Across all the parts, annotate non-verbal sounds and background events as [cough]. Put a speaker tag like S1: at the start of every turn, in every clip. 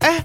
S1: 哎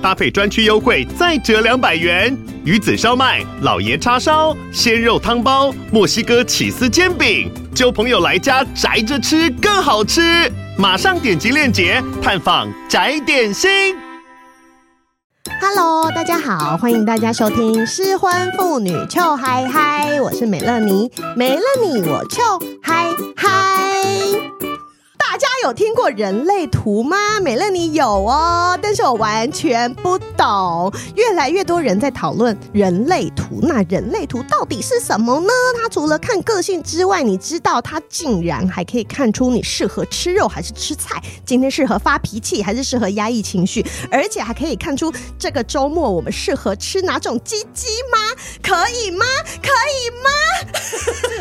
S1: 搭配专区优惠再折两百元。鱼子烧麦、老爷叉烧、鲜肉汤包、墨西哥起司煎饼，就朋友来家宅着吃更好吃。马上点击链接探访宅点心。
S2: Hello，大家好，欢迎大家收听《失婚妇女糗嗨嗨》，我是美乐妮，没了你我糗嗨嗨。大家有听过人类图吗？美乐妮有哦，但是我完全不懂。越来越多人在讨论人类图，那人类图到底是什么呢？它除了看个性之外，你知道它竟然还可以看出你适合吃肉还是吃菜，今天适合发脾气还是适合压抑情绪，而且还可以看出这个周末我们适合吃哪种鸡鸡吗？可以吗？可以吗？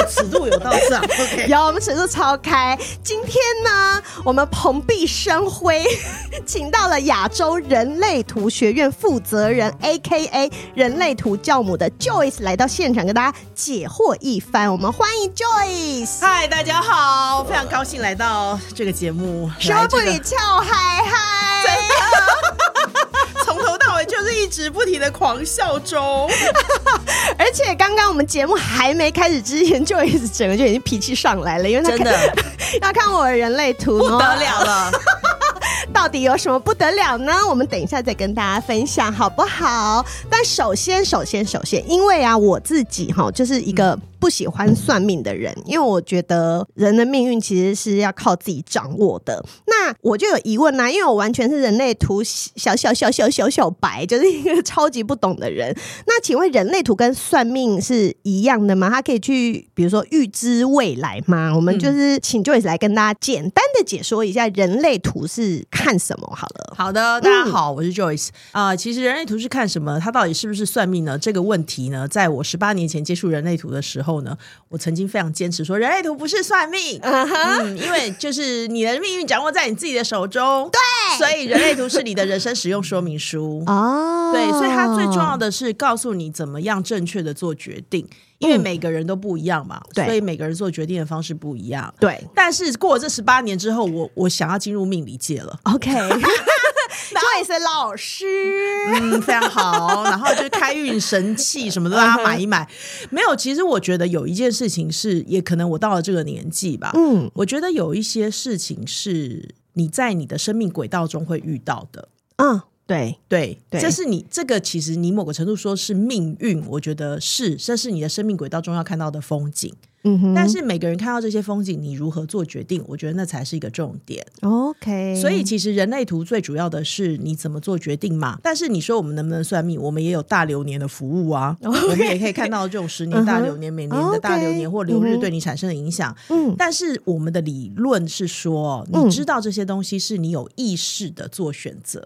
S3: 尺度有到 [laughs] 这啊？OK，
S2: 有，我们尺度超开。今天呢，我们蓬荜生辉， [laughs] 请到了亚洲人类图学院负责人 （A.K.A. 人类图教母）的 Joyce 来到现场，跟大家解惑一番。我们欢迎 Joyce。
S3: 嗨，大家好，非常高兴来到这个节目。
S2: 什
S3: 来
S2: 么
S3: 这
S2: 不
S3: 个
S2: 理俏嗨嗨，
S3: 从头到尾就是一直不停的狂笑中。
S2: 而且刚刚我们节目还没开始之前，Joyce 整个就已经脾气上来了，因为他
S3: [laughs] 真的
S2: 看 [laughs] 要看我的人类图，
S3: 不 [laughs] 得了了，
S2: 到底有什么不得了呢？我们等一下再跟大家分享，好不好？但首先，首先，首先，因为啊，我自己哈就是一个不喜欢算命的人，因为我觉得人的命运其实是要靠自己掌握的。那我就有疑问啦、因为我完全是人类图小小小小小小白，就是一个超级不懂的人。那请问人类图跟算命是一样的吗？它可以去，比如说预知未来吗？我们就是请 Joyce 来跟大家简单的解说一下人类图是看什么好了。
S3: 好的，大家好，我是 Joyce 啊、其实人类图是看什么？它到底是不是算命呢？这个问题呢，在我十八年前接触人类图的时候呢，我曾经非常坚持说，人类图不是算命。 [laughs] 嗯，因为就是你的命运掌握在你自己的手中。对，所以人类图是你的人生使用说明 [laughs] 书。
S2: 哦
S3: 对，所以它最重要
S2: 嗯
S3: 的是告诉你怎么样正确的做决定，因为
S2: 嗯
S3: 每个人都不一样嘛，
S2: 对
S3: 所以每个人做决定的方式不一样。
S2: 对
S3: 但是过了这十八年之后，我我想要进入命理界了，
S2: [laughs] ，OK。Joyce 老师，
S3: 嗯，非常好。然后就是开运神器什么的，
S2: 嗯
S3: 让他买一买。没有，其实我觉得有一件事情是，也可能我到了这个年纪吧，
S2: 嗯，
S3: 我觉得有一些事情是你在你的生命轨道中会遇到的。
S2: 嗯，对，
S3: 对，
S2: 对
S3: 这是你这个其实你某个程度说是命运，我觉得是，这是你的生命轨道中要看到的风景。
S2: 嗯哼
S3: 但是每个人看到这些风景，你如何做决定，我觉得那才是一个重点。
S2: ，OK，
S3: 所以其实人类图最主要的是你怎么做决定嘛。但是你说我们能不能算命？我们也有大流年的服务
S2: [laughs]
S3: 啊，我们也可以看到这种十年大流年、每年的大流年
S2: 嗯 OK，
S3: 或流
S2: 嗯
S3: 日
S2: 哼
S3: 对你产生的影响。
S2: 嗯
S3: 但是我们的理论是说，
S2: 嗯
S3: 你知道这些东西是你有意识的做选择。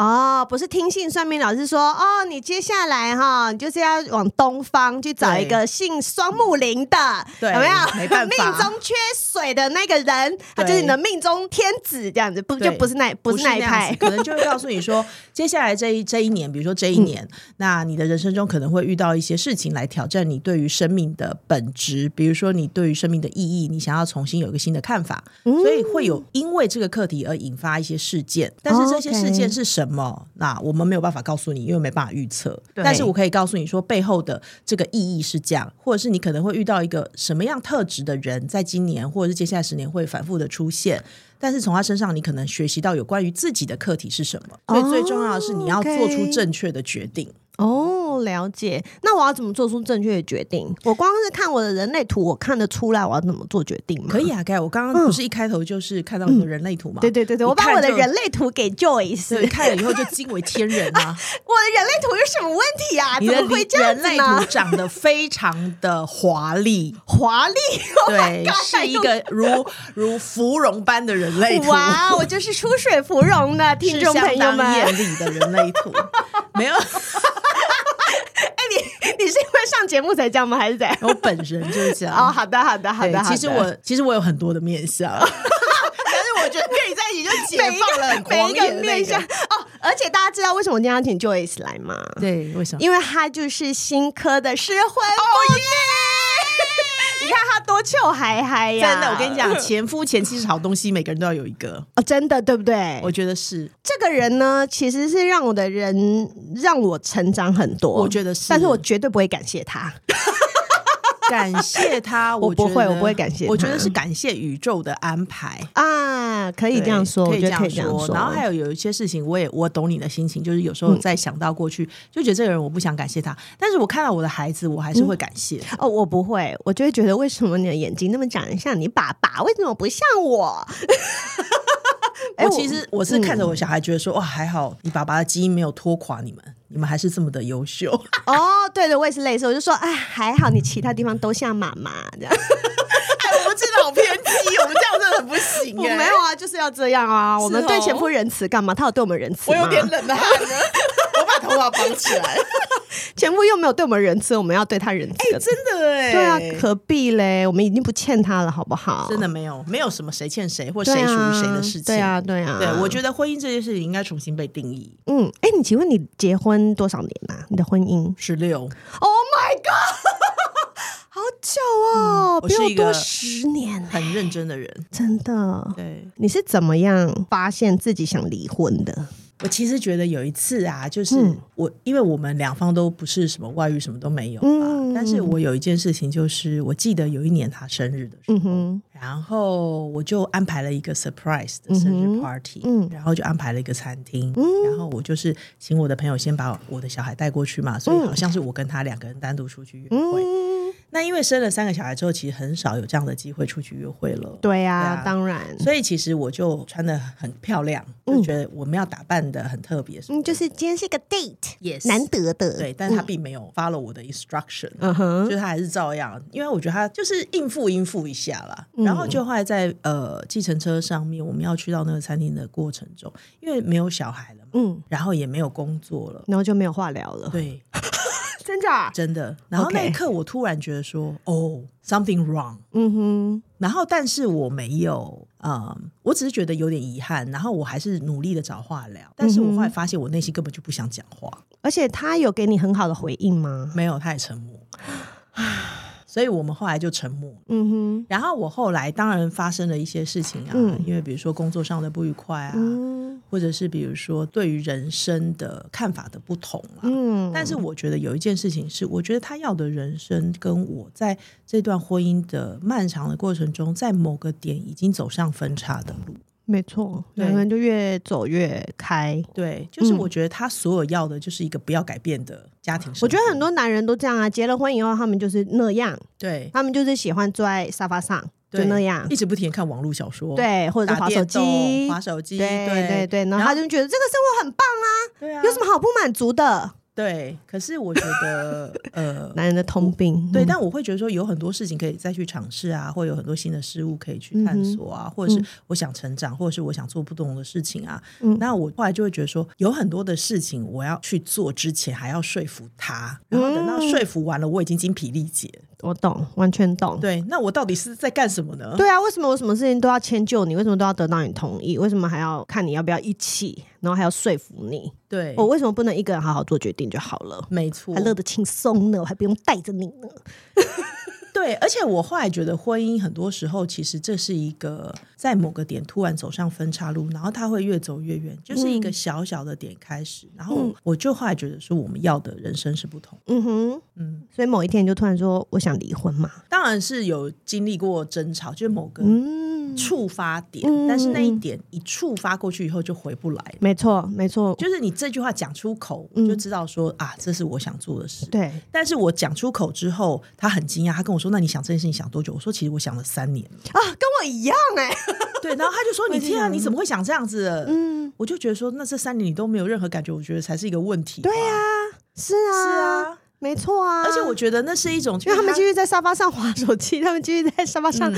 S2: 哦，不是听信算命老师说哦，你接下来哈，你就是要往东方去找一
S3: 对
S2: 个姓双木林的，
S3: 对
S2: 有没有？
S3: 没办法
S2: [laughs] 命中缺水的那个人，他
S3: 对
S2: 就是你的命中天子，这样子，不
S3: 对
S2: 就不是那不是那一
S3: 样子
S2: 派
S3: 可能就会告诉
S2: [laughs]
S3: 你说，接下来这一这一年，比如说
S2: 嗯
S3: 这一年，那你的人生中可能会遇到一些事情来挑战你对于生命的本质，比如说你对于生命的意义，你想要重新有一个新的看法，所以会有
S2: 嗯
S3: 因为这个课题而引发一些事件。但是这些事件是什么那我们没有办法告诉你，因为没办法预测。
S2: 对
S3: 但是我可以告诉你说，背后的这个意义是这样，或者是你可能会遇到一个什么样特质的人，在今年或者是接下来十年会反复的出现。但是从他身上，你可能学习到有关于自己的课题是什么。所以
S2: 哦
S3: 最重要的是，你要
S2: OK
S3: 做出正确的决定。
S2: 哦，了解。那我要怎么做出正确的决定？我光是看我的人类图，我看得出来我要怎么做决定吗？
S3: 可以啊，盖，我刚刚不是一开头就是看到你的人类图吗？
S2: 嗯对对对对，
S3: 你
S2: 我把
S3: 看
S2: 我的
S3: 就
S2: 人类图给 Joyce，我的 [laughs]
S3: 对看了以后就惊为天人啊！
S2: 人类图有什么问题 [laughs] 啊？
S3: 你
S2: 怎
S3: 的
S2: 么会这样
S3: 人
S2: 子
S3: 类
S2: 呢
S3: 图？长得非常的华丽，
S2: 华丽哦
S3: 对，
S2: God，
S3: 是一个如如芙蓉般的人类图，
S2: 哇，哦我就是出水芙蓉
S3: [laughs]
S2: 的听
S3: 是
S2: 众朋
S3: 相
S2: 友
S3: 当
S2: 们。哎、
S3: 艳丽的人类
S2: [laughs]
S3: 图，没有。
S2: 你你是因为上节目才这样吗？还是怎样？
S3: 我本人就是这样。
S2: 哦哦，好的，好的，好
S3: 对
S2: 的。好的 [laughs]
S3: 其实我其实我有很多的面相，我觉得跟你在一起就解放了，很
S2: 每
S3: 狂
S2: 一个
S3: 野的
S2: 面
S3: 那
S2: 向
S3: 个。
S2: 哦，而且大家知道为什么我今天要请 Joyce 来吗？
S3: 对，啊哦为什么？
S2: 因为他就是新科的失婚妇女。你看他多臭嗨嗨呀！
S3: 真的，我跟你讲，前夫前妻是好东西，每个人都要有一个，
S2: 哦，真的对不对
S3: 我？觉得是，
S2: 这个人呢，其实是让我的人让我成长很多，
S3: 我觉得是
S2: 但是我绝对不会感谢他。
S3: 感谢他，
S2: [laughs] 我
S3: 觉
S2: 不会
S3: 得
S2: 我不会感谢
S3: 我觉
S2: 他
S3: 得是感谢宇宙的安排。
S2: 啊，可
S3: 可
S2: 以这样说，
S3: 可
S2: 我
S3: 以
S2: 觉
S3: 这
S2: 得可
S3: 样
S2: 以这样说。嗯
S3: 然后还
S2: 有
S3: 有有一些事情，我也我懂你的心情，就是有时候在想到过去，就觉得这个人我不想感谢他，但是我看到我的孩子，我还是会感谢。
S2: 哦，我不会，我就会觉得为什么你的眼睛那么长得像你爸爸，为什么不像我？
S3: [laughs]
S2: 哎嗯
S3: 我其实我是看着我小孩，觉得说、哇，还好你爸爸的基因没有拖垮你们，你们还是这么的优
S2: [laughs]
S3: 秀。
S2: 哦，对的，我也是类似，我就说，哎，还好你其他地方都像妈妈这
S3: [laughs]
S2: 样。
S3: 哎，我们真的好偏激，我们这样真的很不行欸
S2: 我没有，啊，就是要这样啊！我们对前夫仁慈干嘛？他有对我们仁慈
S3: 哦我
S2: 吗？
S3: 有点冷汗了，我把头发绑起
S2: [laughs]
S3: 来。
S2: 前夫又没有对我们仁慈，我们要对他仁慈。
S3: 真的哎、
S2: 对啊，何必嘞？我们已经不欠他了，好不好？
S3: 真的没有，没有什么谁欠谁或
S2: 对
S3: 谁
S2: 啊，
S3: 属于谁的事情。
S2: 对啊，对啊。
S3: 对，我觉得婚姻这件事情应该重新被定义。
S2: 得，嗯，哎，你请问你结婚多少年啊？你的婚姻
S3: 十六，
S2: ？Oh my god！好久哦，
S3: 嗯我
S2: 比
S3: 是
S2: 我
S3: 一个
S2: 多十年了，
S3: 很认真的人。
S2: 真的。
S3: 对
S2: 你是怎么样发现自己想离婚的？
S3: 我其实觉得有一次啊，就是
S2: 嗯
S3: 我，因为我们两方都不是什么外遇，什么都没有嘛。
S2: 嗯
S3: 但是我有一件事情，就是我记得有一年他生日的时候，
S2: 嗯哼，
S3: 然后我就安排了一个 surprise 的生日 party，、
S2: 嗯
S3: 然后就安排了一个餐厅，然后我就是请我的朋友先把我的小孩带过去嘛，所以好像是我跟他两个人单独出去约会。
S2: 嗯，
S3: 那因为生了三个小孩之后，其实很少有这样的机会出去约会了。
S2: 对
S3: 对
S2: 呀
S3: 啊，
S2: 当然。
S3: 所以其实我就穿的很漂亮，就觉得我们要打扮的很特别，
S2: 嗯，就是今天是个 date，
S3: Yes
S2: 难得的，
S3: 对，但是他并没有 follow 我的 instruction，、
S2: 嗯哼，
S3: 就是他还是照样，因为我觉得他就是应付应付一下啦。
S2: 嗯
S3: 然后就后来在呃计程车上面，我们要去到那个餐厅的过程中，因为没有小孩了嘛，
S2: 嗯，
S3: 然后也没有工作了，
S2: 然后就没有话聊了，
S3: 对，
S2: [laughs] 真的啊，
S3: 真的。然后
S2: OK
S3: 那一刻，我突然觉得说，哦，something wrong。
S2: 嗯哼，
S3: 然后，但是我没有，嗯，我只是觉得有点遗憾，然后我还是努力的找话聊，但是我
S2: 嗯
S3: 后来发现我内心根本就不想讲话，
S2: 而且他有给你很好的回应吗？
S3: 没有，他也沉默，所以我们后来就沉默了。
S2: 嗯
S3: 然后我后来当然发生了一些事情啊，
S2: 嗯
S3: 因为比如说工作上的不愉快啊，
S2: 哼，嗯
S3: 或者是比如说对于人生的看法的不同啊。
S2: 嗯，
S3: 但是我觉得有一件事情是，我觉得他要的人生跟我在这段婚姻的漫长的过程中，在某个点已经走上分叉的路。
S2: 没错，
S3: 对
S2: 两个人就越走越开。
S3: 对，就是
S2: 嗯
S3: 我觉得他所有要的就是一个不要改变的家庭生活。
S2: 我觉得很多男人都这样啊，结了婚以后他们就是那样，
S3: 对
S2: 他们就是喜欢坐在沙发上就
S3: 对
S2: 那样
S3: 一，直不停地看网络小说，，
S2: 对，或者是
S3: 打
S2: 划手
S3: 电动
S2: 机，
S3: 划手机，
S2: 对对
S3: 对
S2: 对，然后他就觉得这个生活很棒啊，
S3: 对啊，
S2: 有什么好不满足的？
S3: 对，可是我觉
S2: [laughs]
S3: 得，呃，
S2: 男人的通病，
S3: 对，
S2: 嗯
S3: 但我会觉得说有很多事情可以再去尝试啊，或有很多新的事物可以去
S2: 嗯
S3: 探索啊，或者是我想成长，或者是我想做不同的事情啊。
S2: 嗯
S3: 那我后来就会觉得说，有很多的事情我要去做之前，还要说服他，然后等到
S2: 嗯
S3: 说服完了，我已经精疲力竭。
S2: 我懂，完全懂。
S3: 对，那我到底是在干什么呢？
S2: 对啊，为什么我什么事情都要迁就你？为什么都要得到你同意？为什么还要看你要不要一起？然后还要说服你？
S3: 对，
S2: 我为什么不能一个人好好做决定就好了？
S3: 没
S2: 哦
S3: 错
S2: 还，乐得轻松呢，我还不用带着你呢。
S3: 对，而且我后来觉得婚姻很多时候其实这是一个在某个点突然走上分岔路，然后它会越走越远，就是
S2: 嗯
S3: 一个小小的点开始。然后我就后来觉得说，我们要的人生是不同。
S2: 嗯哼，
S3: 嗯，
S2: 所以某一天你就突然说我想离婚嘛。
S3: 当然是有经历过争吵，就是某个
S2: 嗯，
S3: 触发点，
S2: 嗯
S3: 但是那一点一触发过去以后就回不来了。
S2: 没错，没错，
S3: 就是你这句话讲出口，
S2: 嗯
S3: 我就知道说、啊，这是我想做的事。
S2: 对，
S3: 但是我讲出口之后，他很惊讶，他跟我说：“那你想这件事情想多久？”我说：“其实我想了三年。”
S2: 啊，跟我一样哎、
S3: 对，然后他就
S2: [laughs]
S3: 说：“你天啊，你怎么会想这样子的？”
S2: 嗯，
S3: 我就觉得说，那这三年你都没有任何感觉，我觉得才是一个问题。
S2: 对啊，是啊，
S3: 是，啊，
S2: 没错啊，
S3: 而且我。觉得那是一种，
S2: 因为他们继
S3: 就
S2: 续在沙发上划手机，他们继续在沙发上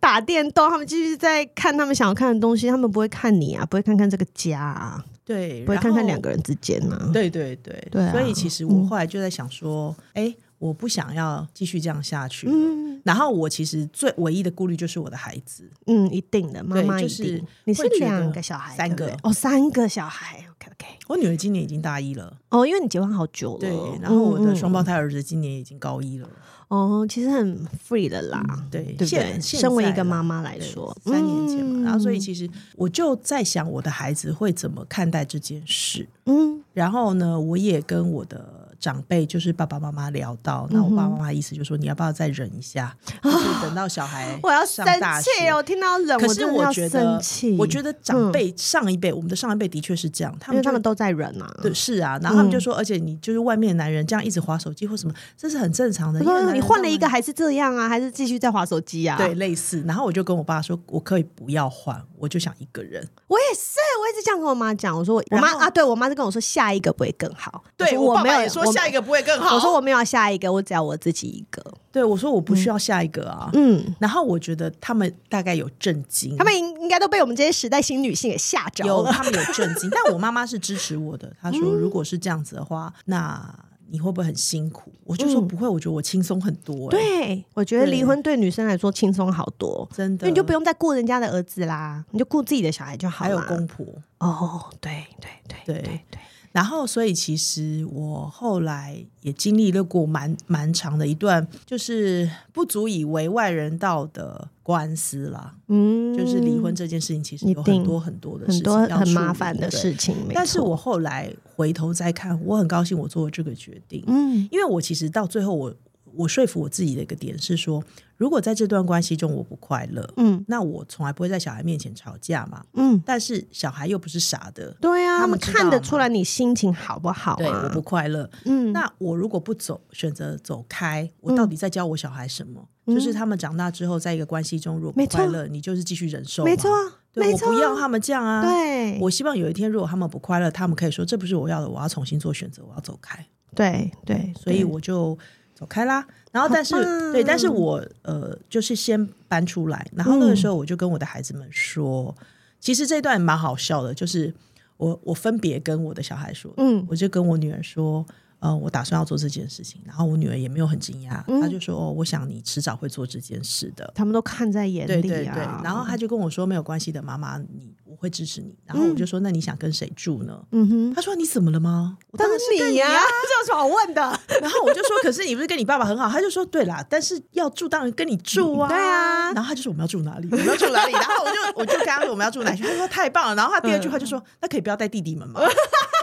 S2: 打电动，他们继续在看他们想要看的东西，他们不会看你啊，不会看看这个家啊，
S3: 对，
S2: 不会
S3: 然
S2: 看看
S3: 后
S2: 两个人之间啊。
S3: 对对对，
S2: 对啊
S3: 所以其实我后来就在想说，哎、我不想要继续这样下去。
S2: 嗯
S3: 然后我其实最唯一的顾虑就是我的孩子，
S2: 嗯，一定的，妈
S3: 对
S2: 妈一定。
S3: 就是
S2: 你是
S3: 会觉得
S2: 两个小孩，
S3: 三
S2: 对不
S3: 个
S2: 对哦，三个小孩，OK OK。
S3: 我女儿今年已经大一了，
S2: 哦，因为你结婚好久了，
S3: 对，然后我的双胞
S2: 胎。
S3: 胎儿子今年已经高一了，
S2: 哦，其实很 free 的啦，
S3: 对
S2: 对不
S3: 现
S2: 对？
S3: 现
S2: 身为
S3: 在
S2: 一个
S3: 啦
S2: 妈妈来
S3: 对
S2: 说，
S3: 三年前嘛，然后所以
S2: 嗯
S3: 其实我就在想我的孩子会怎么看待这件事，
S2: 嗯
S3: 然后呢，我也跟我的长辈就是爸爸妈妈聊到，
S2: 嗯
S3: 那我爸爸妈妈意思就是说你要不要再忍
S2: [laughs]
S3: 一下，就是等到小孩
S2: 我要生
S3: 上大学
S2: 气哦！听到冷，
S3: 可是
S2: 我真的要
S3: 我觉得
S2: 生气，，嗯
S3: 我觉得长辈上一辈，我们的上一辈的确是这样，
S2: 因
S3: 他
S2: 为
S3: 们就
S2: 他们都在忍啊。
S3: 对，是啊，然后他们就说，而且你就是外面的男人这样一直划手机或什么，这是很正常的。
S2: 我
S3: 因为男
S2: 说
S3: 人
S2: 你换
S3: 当
S2: 了一
S3: 然
S2: 个还是这样啊，还是继续在划手机啊？
S3: 对，类似，然后我就跟我爸说，我可以不要换，我就想一个人。
S2: 我也是，我一直这样跟我妈讲，我说我我
S3: 然
S2: 妈
S3: 后
S2: 啊，对我妈是跟我说下一个不会更好，
S3: 对
S2: 说我
S3: 爸
S2: 没
S3: 爸
S2: 有
S3: 也啊说下一
S2: 个，
S3: 个不会更好。嗯
S2: 我说我没有要下一个，我只要我自己一个。
S3: 对我说我不需要下一个啊。
S2: 嗯，
S3: 然后我觉得他们大概有震惊，
S2: 他们应应该都被我们这些时代新女性给吓着
S3: 有
S2: 了。
S3: 他们有震惊，但我妈妈是支持我的，她说如果是这样子的话，那你会不会很辛苦？我就说
S2: 嗯
S3: 不会，我觉得我轻松很多、欸。。
S2: 对，我觉得离婚对女生来说轻松好多，
S3: 真
S2: 因
S3: 的，
S2: 为你就不用再顾人家的儿子啦，你就顾自己的小孩就好
S3: 还
S2: 啦
S3: 有公婆，
S2: 哦，对对对
S3: 对
S2: 对对，
S3: 然后，所以其实我后来也经历了过蛮蛮长的一段，就是不足以为外人道的官司啦。
S2: 嗯
S3: 就是离婚这件事情，其实
S2: 一
S3: 有很
S2: 定
S3: 多很多的事
S2: 很
S3: 情
S2: 多
S3: 要
S2: 很
S3: 处
S2: 麻
S3: 理
S2: 烦的
S3: 对
S2: 事情，没
S3: 但是
S2: 错
S3: 我后来回头再看，我很高兴我做了这个决定，
S2: 嗯
S3: 因为我其实到最后我，我说服我自己的一个点是说，如果在这段关系中我不快乐，
S2: 嗯
S3: 那我从来不会在小孩面前吵架嘛。
S2: 嗯，
S3: 但是小孩又不是傻的，
S2: 对啊，
S3: 他们知道
S2: 看得
S3: 嘛
S2: 出来你心情好不好
S3: 对，我
S2: 啊
S3: 不？快乐，
S2: 嗯，
S3: 那我如果不走，选择走开，我到底在教我小孩什么？
S2: 嗯
S3: 就是他们长大之后，在一个关系中，如果
S2: 没
S3: 不
S2: 错
S3: 快乐，你就是继续忍受嘛。
S2: 没错啊，
S3: 对，
S2: 没
S3: 我
S2: 错啊，
S3: 不要他们这样啊。，
S2: 对，
S3: 我希望有一天，如果他们不快乐，他们可以说这不是我要的，我要重新做选择，我要走开。
S2: 对对，
S3: 所以我就走开啦。然后，但是
S2: 棒
S3: 对，但是我呃，就是先搬出来。然后那个
S2: 嗯
S3: 时候，我就跟我的孩子们说，其实这段蛮好笑的，就是我我分别跟我的小孩说，
S2: 嗯
S3: 我就跟我女儿说，呃，我打算要做这件事情。然后我女儿也没有很惊讶，
S2: 嗯
S3: 她就说，哦，我想你迟早会做这件事的。
S2: 他们都看在眼
S3: 对
S2: 里
S3: 对对，
S2: 啊，
S3: 然后她就跟我说没有关系的，妈妈，你我会支持你。然后我就说，那你想跟谁住呢？
S2: 嗯哼，
S3: 她说你怎么了吗？我
S2: 当
S3: 当然是跟啊
S2: 你啊呀，
S3: [laughs]
S2: 这有什么好问的？
S3: 然后我就说，可是你不是跟你爸爸很好？他就说，对啦，但是要住当然跟你住啊。
S2: 对啊
S3: 然后他就说我们要住哪里？我们要住哪里？然后我就我就跟他说我们要住哪里？他说太棒了。然后他第二句话就说，那可以不要带弟弟们 [laughs] 吗？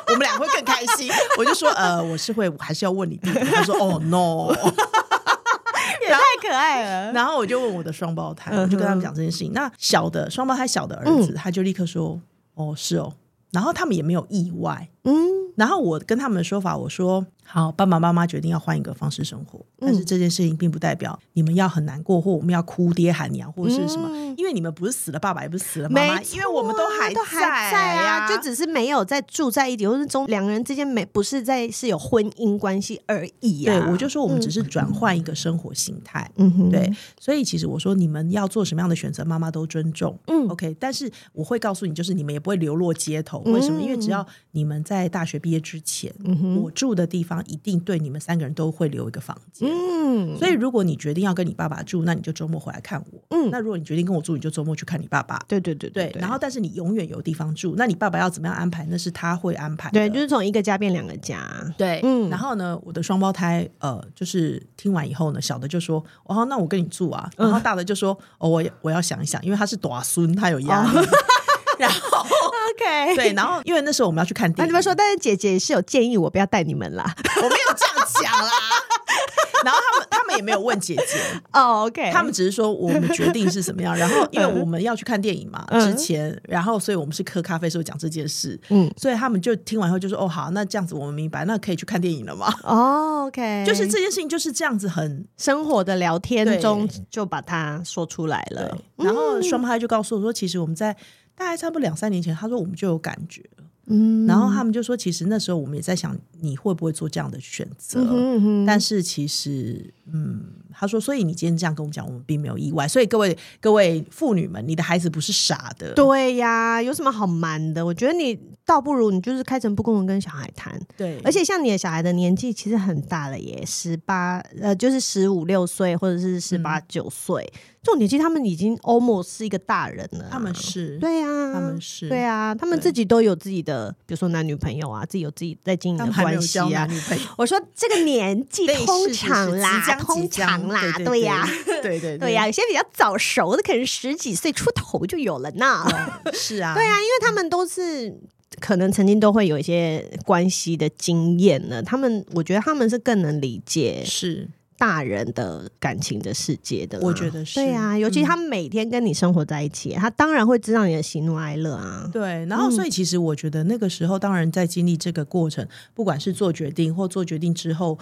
S3: 我们俩会更开心。 [laughs] 我就说，呃，我是会，我还是要问你弟弟。他说，哦，no。
S2: [laughs] 也太可爱
S3: [laughs]
S2: 了，
S3: 然后我就问我的双胞胎，
S2: 嗯哼嗯
S3: 我就跟他们讲这件事情。那小的双胞胎小的儿子，他就立刻说，哦，是哦。然后他们也没有意外，
S2: 嗯
S3: 然后我跟他们的说法，我说好，爸爸妈妈决定要换一个方式生活，但
S2: 嗯
S3: 是这件事情并不代表你们要很难过，或我们要哭爹喊娘，或者是什么，
S2: 嗯
S3: 因为你们不是死了爸爸，也不是死了妈
S2: 没
S3: 妈，
S2: 错啊，
S3: 因为我们都还
S2: 都还在
S3: 呀、
S2: 啊，就只是没有在住在一起，或是中两个人之间没不是在是有婚姻关系而已啊。
S3: 对，我就说我们只是转换一个生活形态。
S2: 嗯哼，
S3: 对，所以其实我说你们要做什么样的选择，妈妈都尊重。
S2: 嗯
S3: OK，但是我会告诉你，就是你们也不会流落街头。为什么？因为只要你们在大学毕业之前，
S2: 嗯
S3: 我住的地方一定对你们三个人都会留一个房间。
S2: 嗯，
S3: 所以，如果你决定要跟你爸爸住，那你就周末回来看我。
S2: 嗯
S3: 那如果你决定跟我住，你就周末去看你爸爸。
S2: 对对对
S3: 对，然后但是你永远有地方住，那你爸爸要怎么样安排，那是他会安排的。
S2: 对，就是从一个家变两个
S3: [laughs]
S2: 家，
S3: 对
S2: 嗯
S3: 然后呢，我的双胞胎呃，就是听完以后呢，小的就说：“哦，那我跟你住啊。”然
S2: 嗯
S3: 后大的就说：“哦，我我要想一想，因为他是短孙，他有压
S2: 哦
S3: 力。 [laughs] 然后
S2: [laughs] OK，
S3: [laughs] 对，然后因为那时候我们要去看
S2: 那
S3: 电
S2: 你
S3: 影，
S2: 们说，但是姐姐是有建议我不要带你们啦。
S3: 我没有这样讲啦。啊然后他们他们也没有问姐姐，
S2: [laughs] 哦，OK，
S3: 他们只是说我们决定是什么样，然后因为我们要去看电影嘛，
S2: 嗯
S3: 之前，然后所以我们是喝咖啡时候讲这件事，
S2: 嗯
S3: 嗯，所以他们就听完后就说哦好，那这样子我们明白，那可以去看电影了嘛？
S2: 哦，OK，
S3: 就是这件事情就是这样子很
S2: 生活的聊天
S3: 对
S2: 中就把它说出来
S3: 对
S2: 了，，
S3: 然后双胞胎就告诉我说，其实我们在大概差不多两三年前，他说我们就有感觉了，
S2: 嗯
S3: 然后他们就
S2: 嗯
S3: 说其实那时候我们也在想你会不会做这样的选择，
S2: 嗯哼嗯哼
S3: 但是其实嗯他说，所以你今天这样跟我们讲，我们并没有意外。所以各位各位妇女们，你的孩子不是傻的，
S2: 对呀，有什么好瞒的？我觉得你倒不如你就是开诚布公的跟小孩谈。
S3: 对，
S2: 而且像你的小孩的年纪其实很大了耶，十八呃，就是十五六岁或者是十八
S3: 嗯
S2: 九岁这种年纪，他们已经 almost 是一个大人了啊、
S3: 他们是，
S2: 对呀、
S3: 他们是，
S2: 对啊，他们
S3: 对
S2: 自己都有自己的，比如说男女朋友啊，自己有自己在经营
S3: 他
S2: 的
S3: 们还没
S2: 关
S3: 有
S2: 系
S3: 交
S2: 啊
S3: 男。女朋友。
S2: 我说这个年纪
S3: 对，
S2: 通
S3: 是是是
S2: 常啦
S3: 即，将
S2: 通
S3: 即将
S2: 常啦，
S3: 对
S2: 对呀，
S3: 对对
S2: 对呀，有些比较早熟的，可能十几岁出头就有了呢。
S3: 对 [laughs] 是啊，
S2: 对啊，因为他们都是可能曾经都会有一些关系的经验呢，他们我觉得他们是更能理解
S3: 是
S2: 大人的感情的世界的啦。
S3: 我觉得是
S2: 对啊，尤其
S3: 嗯
S2: 他每天跟你生活在一起，他当然会知道你的喜怒哀乐啊。
S3: 对，然后所以其实我觉得那个时候，当然在经历这个过程，不管是做决定或做决定之后，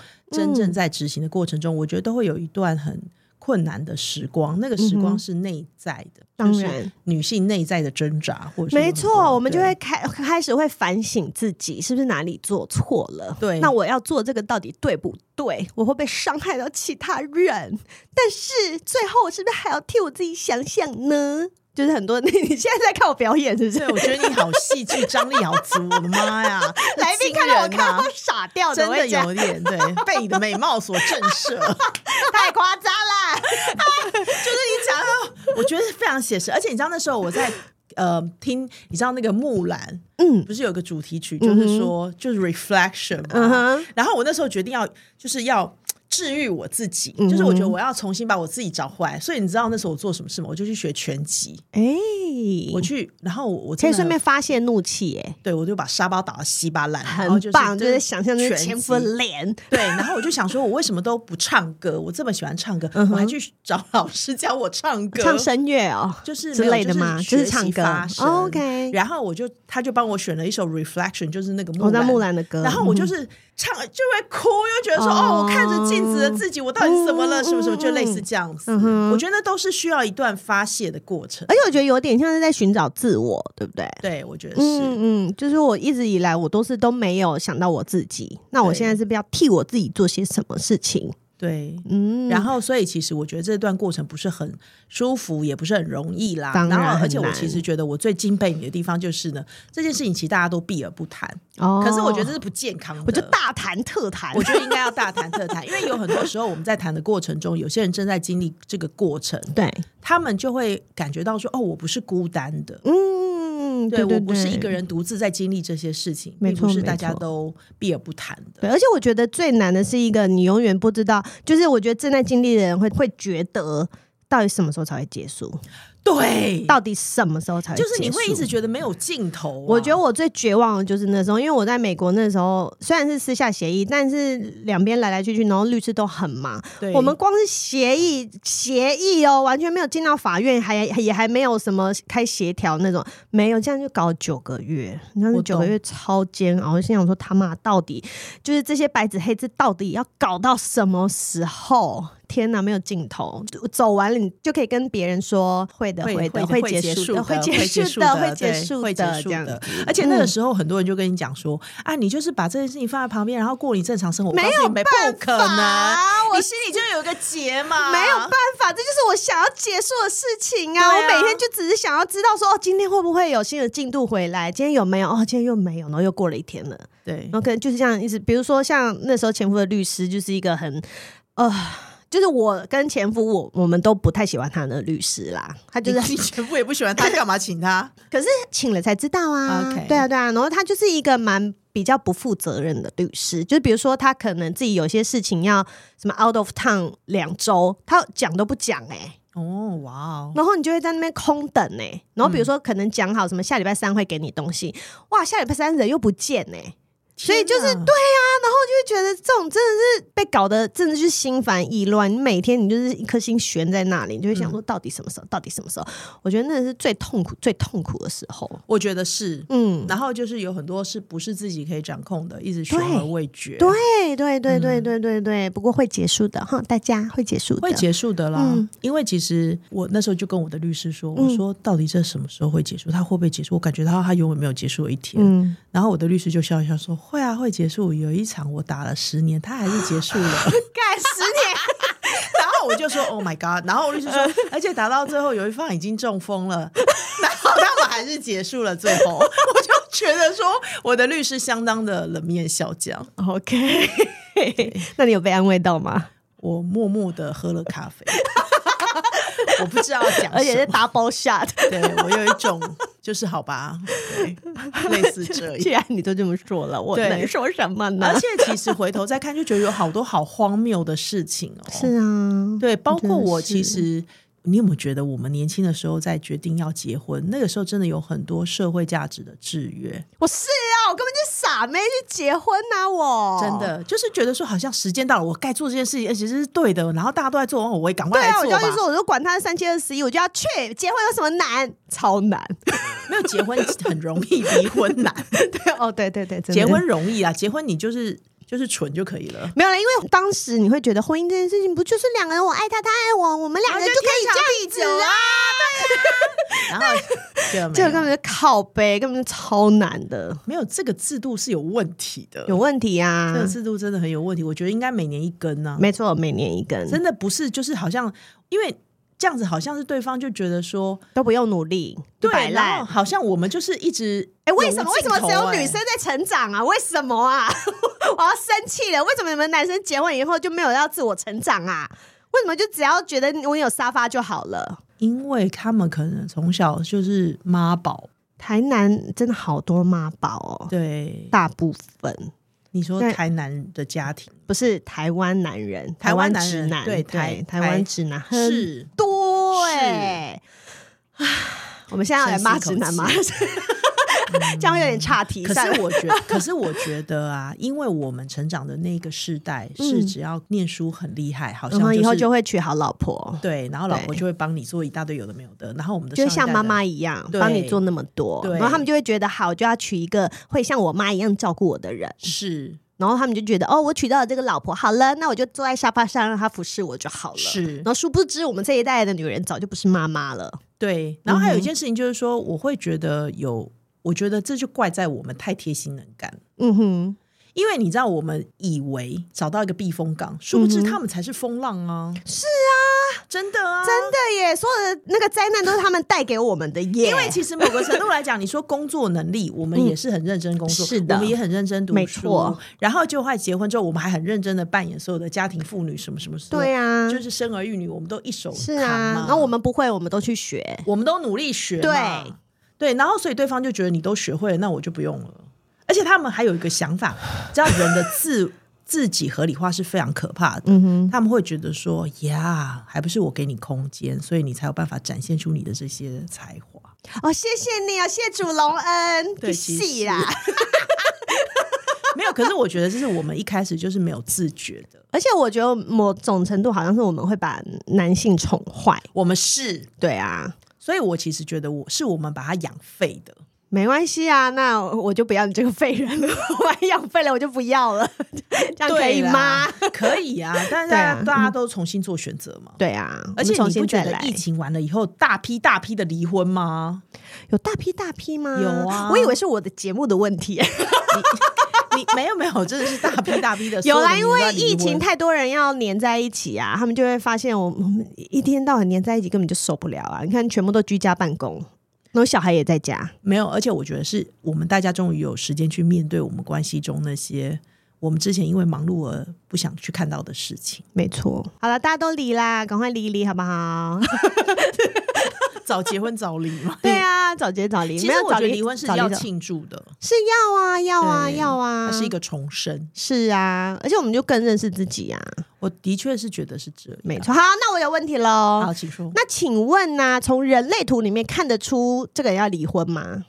S2: 嗯
S3: 真正在执行的过程中，我觉得都会有一段很困难的时光。那个时
S2: 嗯哼
S3: 光是内在的，
S2: 当
S3: 就是
S2: 然
S3: 女性内在的挣扎，或者是
S2: 没
S3: 很多
S2: 错，我们就
S3: 对
S2: 会开 [laughs] 开始会反省自己是不是哪里做错了。
S3: 对
S2: 那我要做这个到底对不对？我会不会伤害到其他人？但是最后我是不是还要替我自己想想呢？就是很多 [laughs] 你你现在在看我表演是不是
S3: 对，？我觉得你好戏剧张力好足，我的妈呀！
S2: [laughs] 来宾看到我
S3: 惊人
S2: 看
S3: 啊
S2: 到傻掉的，
S3: 真
S2: 我
S3: 的
S2: 会讲
S3: 有点对，被你的美貌所震慑。
S2: [laughs] 太夸张了。
S3: [laughs] 就是你讲到，我觉得非常写实。而且你知道那时候我在呃听，你知道那个木兰，
S2: 嗯
S3: 不是有个主题曲，就是说、就是 reflection 嘛。
S2: 嗯哼
S3: 然后我那时候决定要就是要。治愈我自己，
S2: 嗯哼
S3: 就是我觉得我要重新把我自己找回来。所以你知道那时候我做什么事吗？我就去学拳击，
S2: 哎、
S3: 我去，然后我我
S2: 可
S3: 真
S2: 以
S3: 的
S2: 顺便发泄怒气、耶，
S3: 对我就把沙包打到稀巴烂，然后
S2: 很棒，就是
S3: 是
S2: 想象就是
S3: 拳击
S2: 前夫的脸。
S3: 对，然后我就想说，我为什么都不唱歌？我这么喜欢唱歌，我还去找老师教我唱
S2: 嗯
S3: 歌，
S2: 唱声乐哦，
S3: 就是
S2: 之
S3: 没有
S2: 类的吗？
S3: 就是是
S2: 唱
S3: 学习
S2: 歌
S3: 发声。
S2: 哦，OK。
S3: 然后我就他就帮我选了一首 Reflection，就是那个
S2: 我
S3: 木
S2: 在
S3: 兰。
S2: 木兰的歌，
S3: 然后我就
S2: 嗯哼
S3: 是唱，就会哭，又觉得说，哦，我看着镜子的自己，我到底是怎么
S2: 嗯
S3: 了？什么什么，就类似这样子。我觉得那都是需要一段发泄的过程。
S2: 而且我觉得有点像是在寻找自我，对不对？
S3: 对，我觉得是。
S2: 嗯嗯，就是我一直以来我都是都没有想到我自己，那我
S3: 对
S2: 现在是不是要替我自己做些什么事情？
S3: 对，
S2: 嗯，
S3: 然后，所以其实我觉得这段过程不是很舒服，也不是很容易啦。
S2: 当然
S3: 后而且
S2: 很
S3: 我
S2: 难
S3: 其实觉得我最敬佩你的地方就是呢，这件事情其实大家都避而不谈，
S2: 哦
S3: 可是我觉得这是不健康的。
S2: 我就，大谈特谈，
S3: 我觉得应该要大谈特谈，因为有很多时候我们在谈的过程中，有些人正在经历这个过程，
S2: 对，
S3: 他们就会感觉到说，哦，我不是孤单的。
S2: 嗯，
S3: 对
S2: 对对
S3: 我不是一个。人独自在经历这些事情，
S2: 没
S3: 并不
S2: 错
S3: 是
S2: 没
S3: 大家
S2: 错
S3: 都避而不谈的。
S2: 对，而且我觉得最难的是一个你永远不知道，就是我觉得正在经历的人会会觉得到底什么时候才会结束，
S3: 对，
S2: 到底什么时候才会
S3: 就是你
S2: 结
S3: 会
S2: 束
S3: 一直觉得没有尽头啊、
S2: 我觉得我最绝望的就是那时候，因为我在美国那时候虽然是私下协议，但是两边来来去去，然后律师都很忙。
S3: 对
S2: 我们光是协议协议哦，完全没有进到法院，还也还没有什么开协调那种，没有这样就搞了九个月，那
S3: 我懂
S2: 九个月超煎熬。我心想说他妈到底就是这些白纸黑字到底要搞到什么时候？天哪，没有尽头！走完了你就可以跟别人说会的，
S3: 会
S2: 的，
S3: 会
S2: 会
S3: 的
S2: 结束的，
S3: 会
S2: 结
S3: 结
S2: 束
S3: 束的，
S2: 会
S3: 对
S2: 结束
S3: 会
S2: 的，
S3: 结束
S2: 这样子
S3: 的。。而且那
S2: 嗯
S3: 个时候，很多人就跟你讲说：“啊，你就是把这件事情放在旁边，然后过你正常生活。”
S2: 没有
S3: 有没不可能，
S2: 法啊我
S3: 你心里就有个结嘛。
S2: 没有办法，这就是我想要结束的事情啊！
S3: 对啊
S2: 我每天就只是想要知道说，哦，今天会不会有新的进度回来？今天有没有？哦，今天又没有，然后又过了一天了。
S3: 对
S2: 然后可能就是这样一直，比如说像那时候前夫的律师就是一个很，呃，就是我跟前夫我我们都不太喜欢他的律师啦，他就
S3: 你
S2: 是
S3: [laughs] 你全部也不喜欢他，干嘛请他？
S2: [laughs] 可是请了才知道啊
S3: OK
S2: 对啊对啊，然后他就是一个蛮比较不负责任的律师，就是比如说他可能自己有些事情要什么 out of town 两周，他讲都不讲哎、
S3: 哦，哇哦，
S2: 然后你就会在那边空等哎、然后比如说可能讲好什么下礼拜三会给你东西，哇，下礼拜三人又不见哎、所以就是对
S3: 天
S2: 呀、
S3: 哪
S2: 然后就会觉得这种真的是被搞得真的是心烦意乱，你每天你就是一颗心悬在那里，你就会想说到底什么时候，到底什么时候？我觉得那是最痛苦、最痛苦的时候。
S3: 我觉得是。
S2: 嗯，
S3: 然后就是有很多是不是自己可以掌控的，一直悬而未决，
S2: 对对对对对对对，不过会结束的哈，大家会结束的，
S3: 会结束的啦
S2: 嗯。
S3: 因为其实我那时候就跟我的律师说，我
S2: 嗯
S3: 说到底这什么时候会结束？他会不会结束？我感觉到他永远没有结束的一天。
S2: 嗯，
S3: 然后我的律师就笑一笑说：“会啊会结束。有一场我打了十年，他还是结束
S2: [laughs]
S3: 了。
S2: 干十年，
S3: 然后我就说 Oh my God，然后我律师说，而且打到最后有一方已经中风了，然后他们还是结束了。最后我就觉得说，我的律师相当的冷面笑匠。
S2: [laughs] OK，那你有被安慰到吗？
S3: 我默默的喝了咖
S2: [laughs]
S3: 啡，我不知道讲什么，
S2: 而且是 double shot，
S3: 对我有一种就是好吧，对类似
S2: [laughs]
S3: 这
S2: 既
S3: 样。
S2: 然你都这么说了，我
S3: 对
S2: 能说什么呢
S3: 而？且其实回头再看，就觉得有好多好荒谬的事情哦。
S2: 是啊，
S3: 对，包括我
S2: 真的
S3: 其
S2: 是
S3: 实。你有没有觉得我们年轻的时候在决定要结婚，那个时候真的有很多社会价值的制约，
S2: 我是啊，我根本就是傻妹去结婚呐、我
S3: 真。的就是觉得说好像时间到了，我该做这件事情，而且这是对的，然后大家都在做，哦我也赶快
S2: 对
S3: 来
S2: 啊，我
S3: 做
S2: 就
S3: 吧。
S2: 要去说，我就管他三七二十一，我就要去结婚有什么难？ [laughs] 超难。
S3: 没有结婚 [laughs] 很容易，离婚难。
S2: 对哦，对对对，真的
S3: 结婚容易啊，结婚你就是就是蠢就可以 [laughs] 了。
S2: 没有了，因为当时你会觉得婚姻这件事情不就是两个人，我爱他，他爱我，我们两个人就可以这样子啊？
S3: 然后就没
S2: 这个
S3: 有
S2: 根本就靠背，根本就超难的，
S3: 没有这个制度是有问题的，
S2: 有问题啊
S3: 这！个制度真的很有问题。我觉得应该每年一根呢、
S2: 没错，每年一根，
S3: 真的不是就是好像因为这样子，好像是对方就觉得说
S2: 都不用努力，就摆
S3: 对，然后
S2: 烂。
S3: 好像我们就是一直
S2: 哎、为什么
S3: 永无
S2: 为什
S3: 尽
S2: 么
S3: 头
S2: 只有
S3: 哎
S2: 女生在成长啊？为什么啊？ [laughs] 我要生气了！为什么你们男生结婚以后就没有要自我成长啊？为什么就只要觉得我有沙发就好了？
S3: 因为他们可能从小就是妈宝，
S2: 台南真的好多妈宝哦，
S3: 对，
S2: 大部分
S3: 你说
S2: 对
S3: 台南的家庭
S2: 不是台湾男人，
S3: 台湾男
S2: 直
S3: 人
S2: 男，
S3: 对台
S2: 台
S3: 台
S2: 湾直男很
S3: 是
S2: 多
S3: 是
S2: 哎、 [sighs] 我们现在要来骂直男吗？ [laughs] 这样会有点岔题。
S3: 嗯可
S2: 算了
S3: 是我觉得，可是我觉得啊，因为我们成长的那个世代是
S2: 嗯
S3: 只要念书很厉害，好像、
S2: 我们以后
S3: 就
S2: 就是会娶好老婆，
S3: 对，然后老婆
S2: 对
S3: 就会帮你做一大堆有的没有的，然后我们的
S2: 就
S3: 上一
S2: 像
S3: 代
S2: 妈
S3: 的
S2: 妈一样
S3: 对
S2: 帮你做那么多，
S3: 对
S2: 然后他们就会觉得好，就要娶一个会像我妈一样照顾我的人，
S3: 是
S2: 然后他们就觉得哦，我娶到了这个老婆，好了，那我就坐在沙发上让她服侍我就好了。
S3: 是
S2: 然，后殊不知我们这一代的女人早就不是妈妈了，
S3: 对。然后还
S2: 嗯
S3: 有一件事情就是说，我会觉得有，我觉得这就怪在我们太贴心能干。
S2: 嗯哼，
S3: 因为你知道，我们以为找到一个避风港，殊不知
S2: 嗯哼
S3: 他们才是风浪啊！是啊，真的啊，
S2: 真的耶，所有的那个灾难都是他们带给我们的耶，
S3: 因为其实某个程度来讲，你说工作能力，我们也是很认真工
S2: 嗯
S3: 作，
S2: 是的
S3: 我们也很认真读书，
S2: 没错。
S3: 然后就快结婚之后，我们还很认真的扮演所有的家庭妇女，什么什么什么，
S2: 对、啊，
S3: 就是生儿育女，我们都一手
S2: 是
S3: 扛
S2: 啊，
S3: 嘛
S2: 然后我们不会，我们都去学，
S3: 我们都努力学嘛，
S2: 对
S3: 对，然后所以对方就觉得你都学会了，那我就不用了。而且他们还有一个想法，知道人的自 [sighs] 自己合理化是非常可怕的。
S2: 嗯哼，
S3: 他们会觉得说呀，还不是我给你空间，所以你才有办法展现出你的这些才华。
S2: 哦，谢谢你啊，谢主隆恩，
S3: 对其实
S2: 戏啦。
S3: [laughs] 没有，可是我觉得这是我们一开始就是没有自觉的，
S2: 而且我觉得某种程度好像是我们会把男性宠坏，
S3: 我们是，
S2: 对啊，
S3: 所以我其实觉得我是我们把它养废的，
S2: 没关系啊，那我就不要你这个废人了， [laughs] 我还养废了我就不要了， [laughs] 这样可以
S3: 对
S2: 吗
S3: 啦？？ [laughs] 可以啊，但是
S2: 对
S3: 大
S2: 啊
S3: 家、大家都重新做选择嘛。
S2: 对啊，
S3: 而且
S2: 我们重
S3: 你
S2: 新
S3: 不觉
S2: 再
S3: 得
S2: 来
S3: 疫，情完了以后大批大批的离婚吗？
S2: 有大批大批吗？
S3: 有啊
S2: 我以为是我的节目的问
S3: [laughs]
S2: 题，
S3: 你没有没有，真的是大批大批的。
S2: [laughs] 有啦，
S3: 所
S2: 因
S3: 的
S2: 为
S3: 人都在离
S2: 疫情
S3: 婚
S2: 太多人要黏在一起啊，他们就会发现我我们一天到晚黏在一起根本就受不了啊！你看，全部都居家办公，然后小孩也在家，
S3: 没有，而且我觉得是我们大家终于有时间去面对我们关系中那些我们之前因为忙碌而不想去看到的
S2: [laughs]
S3: 事情。
S2: 没错。好了，大家都离啦，赶快离一离好不
S3: [laughs]
S2: 好？，
S3: 早结婚早离嘛
S2: 对啊，早结早离，
S3: 其
S2: 没
S3: 实
S2: 有
S3: 我
S2: 早
S3: 觉得
S2: 离
S3: 离婚是
S2: 早
S3: 要
S2: 早
S3: 庆祝的，
S2: 是要啊，要啊，
S3: 对
S2: 要啊，
S3: 它是一个重生。
S2: 是啊，而且我们就更认识自己啊，
S3: 我的确是觉得是这样，
S2: 没。错。好，那我有问题喽
S3: 好，。请说。
S2: 那请问呢、从人类图里面看得出这个人要离婚吗？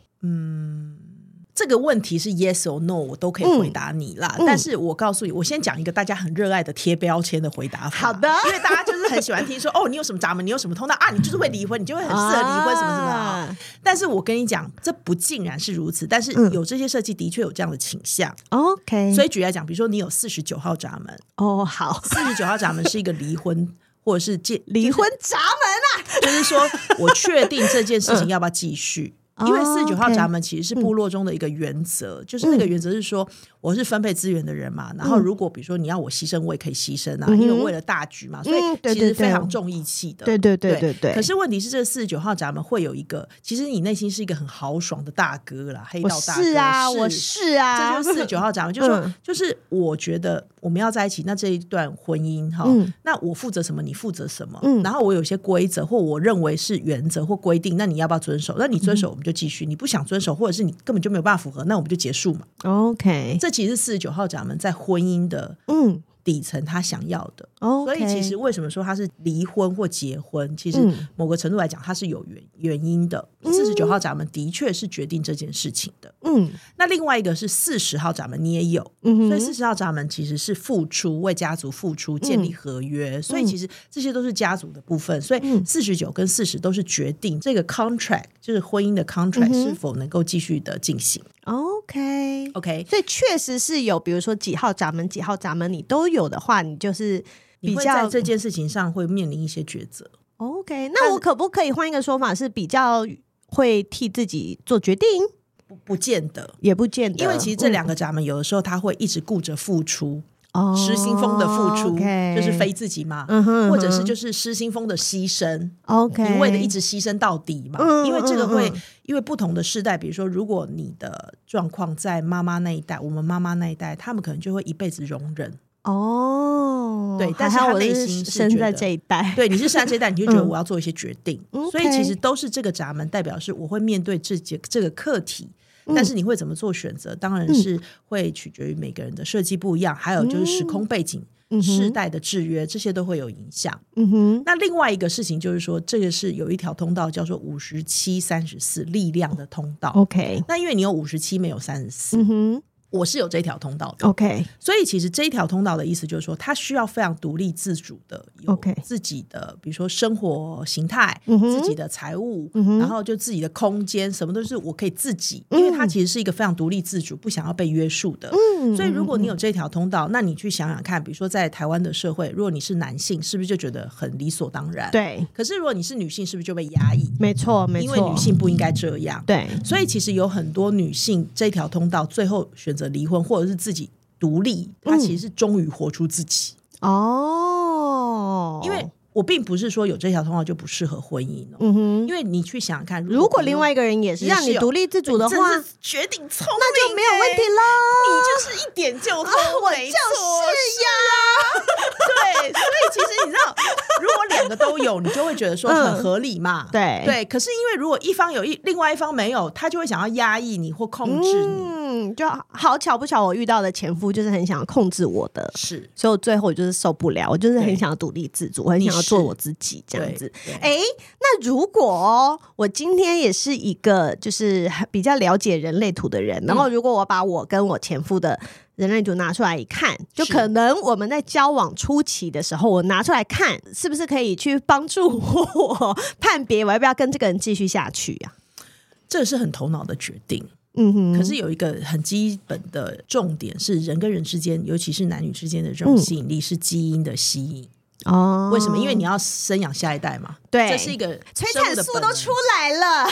S3: 这个问题是 yes or no，我都可以回答你啦。
S2: 嗯嗯
S3: 但是我告诉你，我先讲一个大家很热爱的贴标签的回答法。
S2: 好的
S3: 因为大家就是很喜欢
S2: [laughs]
S3: 听说哦，你有什么闸门，你有什么通道啊，你就是会离婚，你就会很适合离婚什么什么的啊。
S2: 啊
S3: 但是我跟你讲，这不尽然是如此，但是
S2: 嗯
S3: 有这些设计的确有这样的倾向。
S2: ？OK，
S3: 所以举例来讲，比如说你有四十九号闸门，
S2: 哦，好，
S3: 四十九号闸门是一个离婚。或者是借
S2: [laughs] 离婚闸门啊，
S3: 就是说我确定这件事情要不要继续。因为
S2: 哦
S3: 四十九号
S2: OK 嗯
S3: 闸门其实是部落中的一个原则，就是那个原则是说，我是分配资源的人嘛。然后如果比如说你要我牺牲，我也可以牺牲啊，
S2: 嗯哼
S3: 因为为了大局嘛，所
S2: 嗯对
S3: 以其实
S2: 对对
S3: 非常重义气的。
S2: 对对对对对。
S3: 可是问题是，这四十九号闸门会有一个，其实你内心是一个很豪爽的大哥啦，黑
S2: 我
S3: 道大哥。
S2: 是啊，我是啊，
S3: 这就是四十九号闸门，就是说，
S2: 嗯
S3: 就是我觉得我们要在一起，那这一段婚姻哈，
S2: 嗯
S3: 那我负责什么，你负责什么，
S2: 嗯
S3: 然后我有些规则或我认为是原则或规定，那你要不要遵守？那你遵守
S2: 嗯
S3: 我们就继续，你不想遵守，或者是你根本就没有办法符合，那我们就结束嘛。
S2: OK，
S3: 这其实四十九号闸门在婚姻的
S2: 嗯
S3: 底层他想要的，所
S2: ，OK，
S3: 以其实为什么说他是离婚或结婚，其实
S2: 嗯
S3: 某个程度来讲，它是有原原因的。四十九号闸门的确是决定这件事情的。
S2: 嗯
S3: 那另外一个是四十号闸门，你也有，
S2: 嗯哼，
S3: 所以四十号闸门其实是付出，为家族付出，建
S2: 嗯
S3: 立合约，所以其实这些都是家族的部分。所以
S2: 嗯
S3: 四十九跟四十都是决定这个 contract，就是婚姻的 contract
S2: 嗯哼
S3: 是否能够继续的进行。
S2: OK。
S3: OK，
S2: 所以确实是有，比如说几号闸门、几号闸门，你都有的话，你就是
S3: 你
S2: 比
S3: 会在
S2: 较
S3: 这件事情上会面临一些抉择。
S2: OK。那我可不可以换一个说法，是比较会替自己做决定？
S3: 不不见得，
S2: 也不见得，
S3: 因为其实这两个闸门有的时候他会一直顾着付出，
S2: 嗯
S3: 失心疯的付出
S2: 哦，OK
S3: 就是非自己嘛，
S2: 嗯哼，
S3: 或者是就是是失心疯的牺牲，
S2: OK，
S3: 你为了一直牺牲到底嘛。
S2: 嗯
S3: 因为这个会，
S2: 嗯嗯
S3: 因为不同的世代，比如说如果你的状况在妈妈那一代，我们妈妈那一代，他们可能就会一辈子容忍。
S2: 哦，
S3: 对但
S2: 还
S3: 是
S2: 好
S3: 他
S2: 我
S3: 内
S2: 是
S3: 心是
S2: 生
S3: 觉
S2: 在
S3: 得
S2: 这一代，
S3: 对，你是上这一代，你就觉得
S2: 嗯
S3: 我要做一些决定，
S2: OK
S3: 所以其实都是这个闸门代表是我会面对这节这个课题。
S2: 嗯
S3: 但是你会怎么做选择？当然是会取决于每个人的设计不一样，还有就是时空背景、
S2: 嗯哼
S3: 世代的制约，这些都会有影响。
S2: 嗯哼，
S3: 那另外一个事情就是说，这个是有一条通道叫做五十七三十四力量的通道。
S2: OK，
S3: 那因为你有五十七，没有三十四，
S2: 嗯哦哼
S3: 我是有这条通道的，
S2: ，OK，
S3: 所以其实这一条通道的意思就是说，它需要非常独立自主的，有
S2: OK
S3: 自己的，比如说生活形态，
S2: 嗯哼
S3: 自己的财务，
S2: 嗯哼
S3: 然后就自己的空间，什么都是我可以自己，因为它其实是一个非常独立自主，不想要被约束的。
S2: 嗯
S3: 所以，如果你有这条通道，那你去想想看，比如说在台湾的社会，如果你是男性，是不是就觉得很理所当然？。
S2: 对，
S3: 可是如果你是女性，是不是就被压抑？
S2: 没错，没
S3: 因
S2: 错，
S3: 为女性不应该这样。
S2: 对，
S3: 所以其实有很多女性这条通道最后选择离婚，或者是自己独立，她其实是终于活出自己。
S2: 哦，
S3: 因为我并不是说有这条通道就不适合婚姻哦，
S2: 嗯哼，
S3: 因为你去想想看，
S2: 如果另外
S3: 一
S2: 一个人也是
S3: 也是
S2: 让你
S3: 有
S2: 独立自主的话，
S3: 真是绝顶聪明，
S2: 那就没有问题
S3: 欸。
S2: 喽。
S3: 你就是一点就通，
S2: 我就
S3: 没
S2: 是啊
S3: 错啊
S2: 呀，
S3: 对，所以其实你知道，如果两个都有，你就会觉得说
S2: 嗯
S3: 很合理嘛。
S2: 对
S3: 对，可是因为如果一方有一，另外一方没有，他就会想要压抑你或控制你。
S2: 嗯，就好巧不巧，我遇到的前夫就是很想要控制我的。
S3: 是，
S2: 所以我最后我就是受不了，我就是很
S3: 对
S2: 想要独立自主，我很
S3: 你
S2: 想要做
S3: 是
S2: 我自己这样
S3: 对
S2: 子
S3: 对。
S2: 哎，那如果我今天也是一个就是比较了解人类图的人，然后
S3: 嗯
S2: 如果我把我跟我前夫的人类图拿出来一看，就是可能我们在交往初期的时候，我拿出来看，是不是可以去帮助我 [laughs] 判别我要不要跟这个人继续下去呀、
S3: 这是很头脑的决定。
S2: 嗯哼，
S3: 可是有一个很基本的重点是，人跟人之间，尤其是男女之间的这种吸引力是基因的吸引。
S2: 哦
S3: 为什么？因为你要生养下一代嘛。
S2: 对
S3: 这是一个
S2: 催
S3: 生
S2: 产
S3: 物的
S2: 素
S3: 本
S2: 都
S3: 能
S2: 出来 [laughs] 了。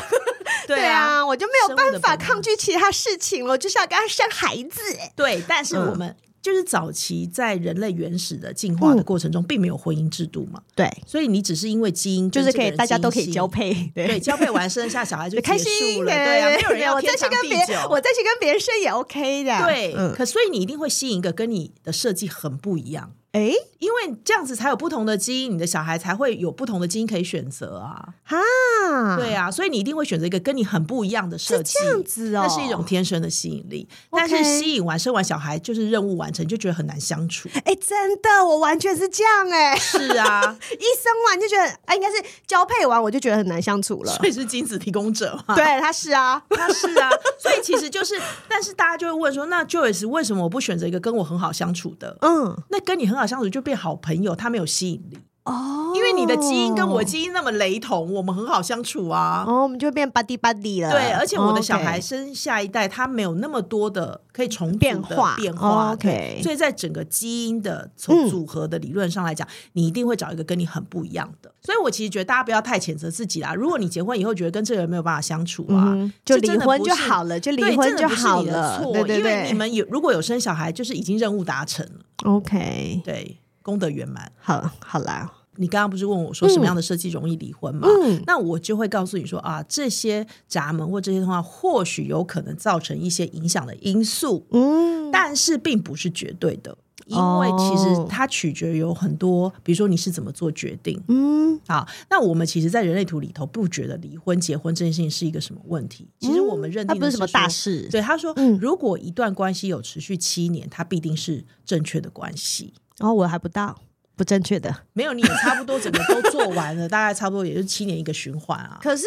S3: 对啊。
S2: 啊，我就没有办法抗拒其他事情了，我就是要跟他生孩子。
S3: 对，但是
S2: 嗯
S3: 我们就是早期在人类原始的进化的过程中，并没有婚姻制度嘛，
S2: 对，
S3: 所以你只是因为基因
S2: 就是
S3: 跟这
S2: 可
S3: 个
S2: 以，
S3: 人
S2: 大家都可
S3: 基
S2: 以
S3: 因
S2: 交 [laughs] 配，
S3: 吸引。对，交配完生下小孩
S2: [laughs]
S3: 就
S2: 开
S3: 结束
S2: 心
S3: 了，对啊，没有人
S2: [laughs]
S3: 要
S2: 我再
S3: 天
S2: 去
S3: 长
S2: 跟
S3: 地
S2: 别
S3: 久，，
S2: 我再去跟别人生也 OK 的。
S3: 对，
S2: 嗯，
S3: 可所以你一定会吸引一个跟你的设计很不一样，
S2: 哎，
S3: 因为这样子才有不同的基因，你的小孩才会有不同的基因可以选择啊。
S2: 哈，
S3: 对啊，所以你一定会选择一个跟你很不一样的设计。
S2: 这样子哦，
S3: 那是一种。天生的吸引力，但
S2: OK
S3: 是吸引完生完小孩就是任务完成，就觉得很难相处。
S2: 哎，真的，我完全是这样哎、
S3: 是啊，
S2: [laughs] 一生完就觉得，哎，应该是交配完我就觉得很难相处了。
S3: 所以是精子提供者嘛。
S2: 对，他是啊，
S3: 他是啊，所以其实就是，但是大家就会问说，那 Joyce 为什么我不选择一个跟我很好相处的？
S2: 嗯，
S3: 那跟你很好相处就变好朋友，他没有吸引力。
S2: 哦，
S3: 因为你的基因跟我基因那么雷同，我们很好相处啊。
S2: 哦，我们就变 buddy buddy 了。哦
S3: 对，而且我的小孩
S2: OK
S3: 生下一代，他没有那么多的可以重组的
S2: 变化
S3: 变化。
S2: 哦，OK
S3: 对所以在整个基因的
S2: 嗯
S3: 从组合的理论上来讲，你一定会找一个跟你很不一样的。所以我其实觉得大家不要太谴责自己啦。如果你结婚以后觉得跟这个人没有办法相处啊，
S2: 嗯哼就
S3: 这真
S2: 离
S3: 的
S2: 婚
S3: 不
S2: 就是好了，就
S3: 对
S2: 离婚
S3: 真的
S2: 就
S3: 不是
S2: 好
S3: 你的
S2: 了。
S3: 错
S2: 对对
S3: 因为你
S2: 对
S3: 们有如果有生小孩，就是已经任务达成了，
S2: ，OK，
S3: 对，功德圆满。
S2: 好，好啦，
S3: 你刚刚不是问我说什么样的设计容易离婚吗？
S2: 嗯
S3: 那我就会告诉你说啊，这些闸门或这些的话，或许有可能造成一些影响的因素，
S2: 嗯，
S3: 但是并不是绝对的，因为
S2: 哦
S3: 其实它取决于有很多，比如说你是怎么做决定。
S2: 嗯，
S3: 啊，那我们其实，在人类图里头不觉得离婚、结婚这件事情是一个什么问题。其实我们
S2: 嗯
S3: 认
S2: 它
S3: 定
S2: 不
S3: 的
S2: 是
S3: 是
S2: 什么大
S3: 说
S2: 事，
S3: 对，他说，
S2: 嗯
S3: 如果一段关系有持续七年，它必定是正确的关系。
S2: 然哦后我还不到，不正确的。
S3: 没有，你也差不多整个都做完了， [laughs] 大概差不多也就是七年一个循环啊。
S2: 可是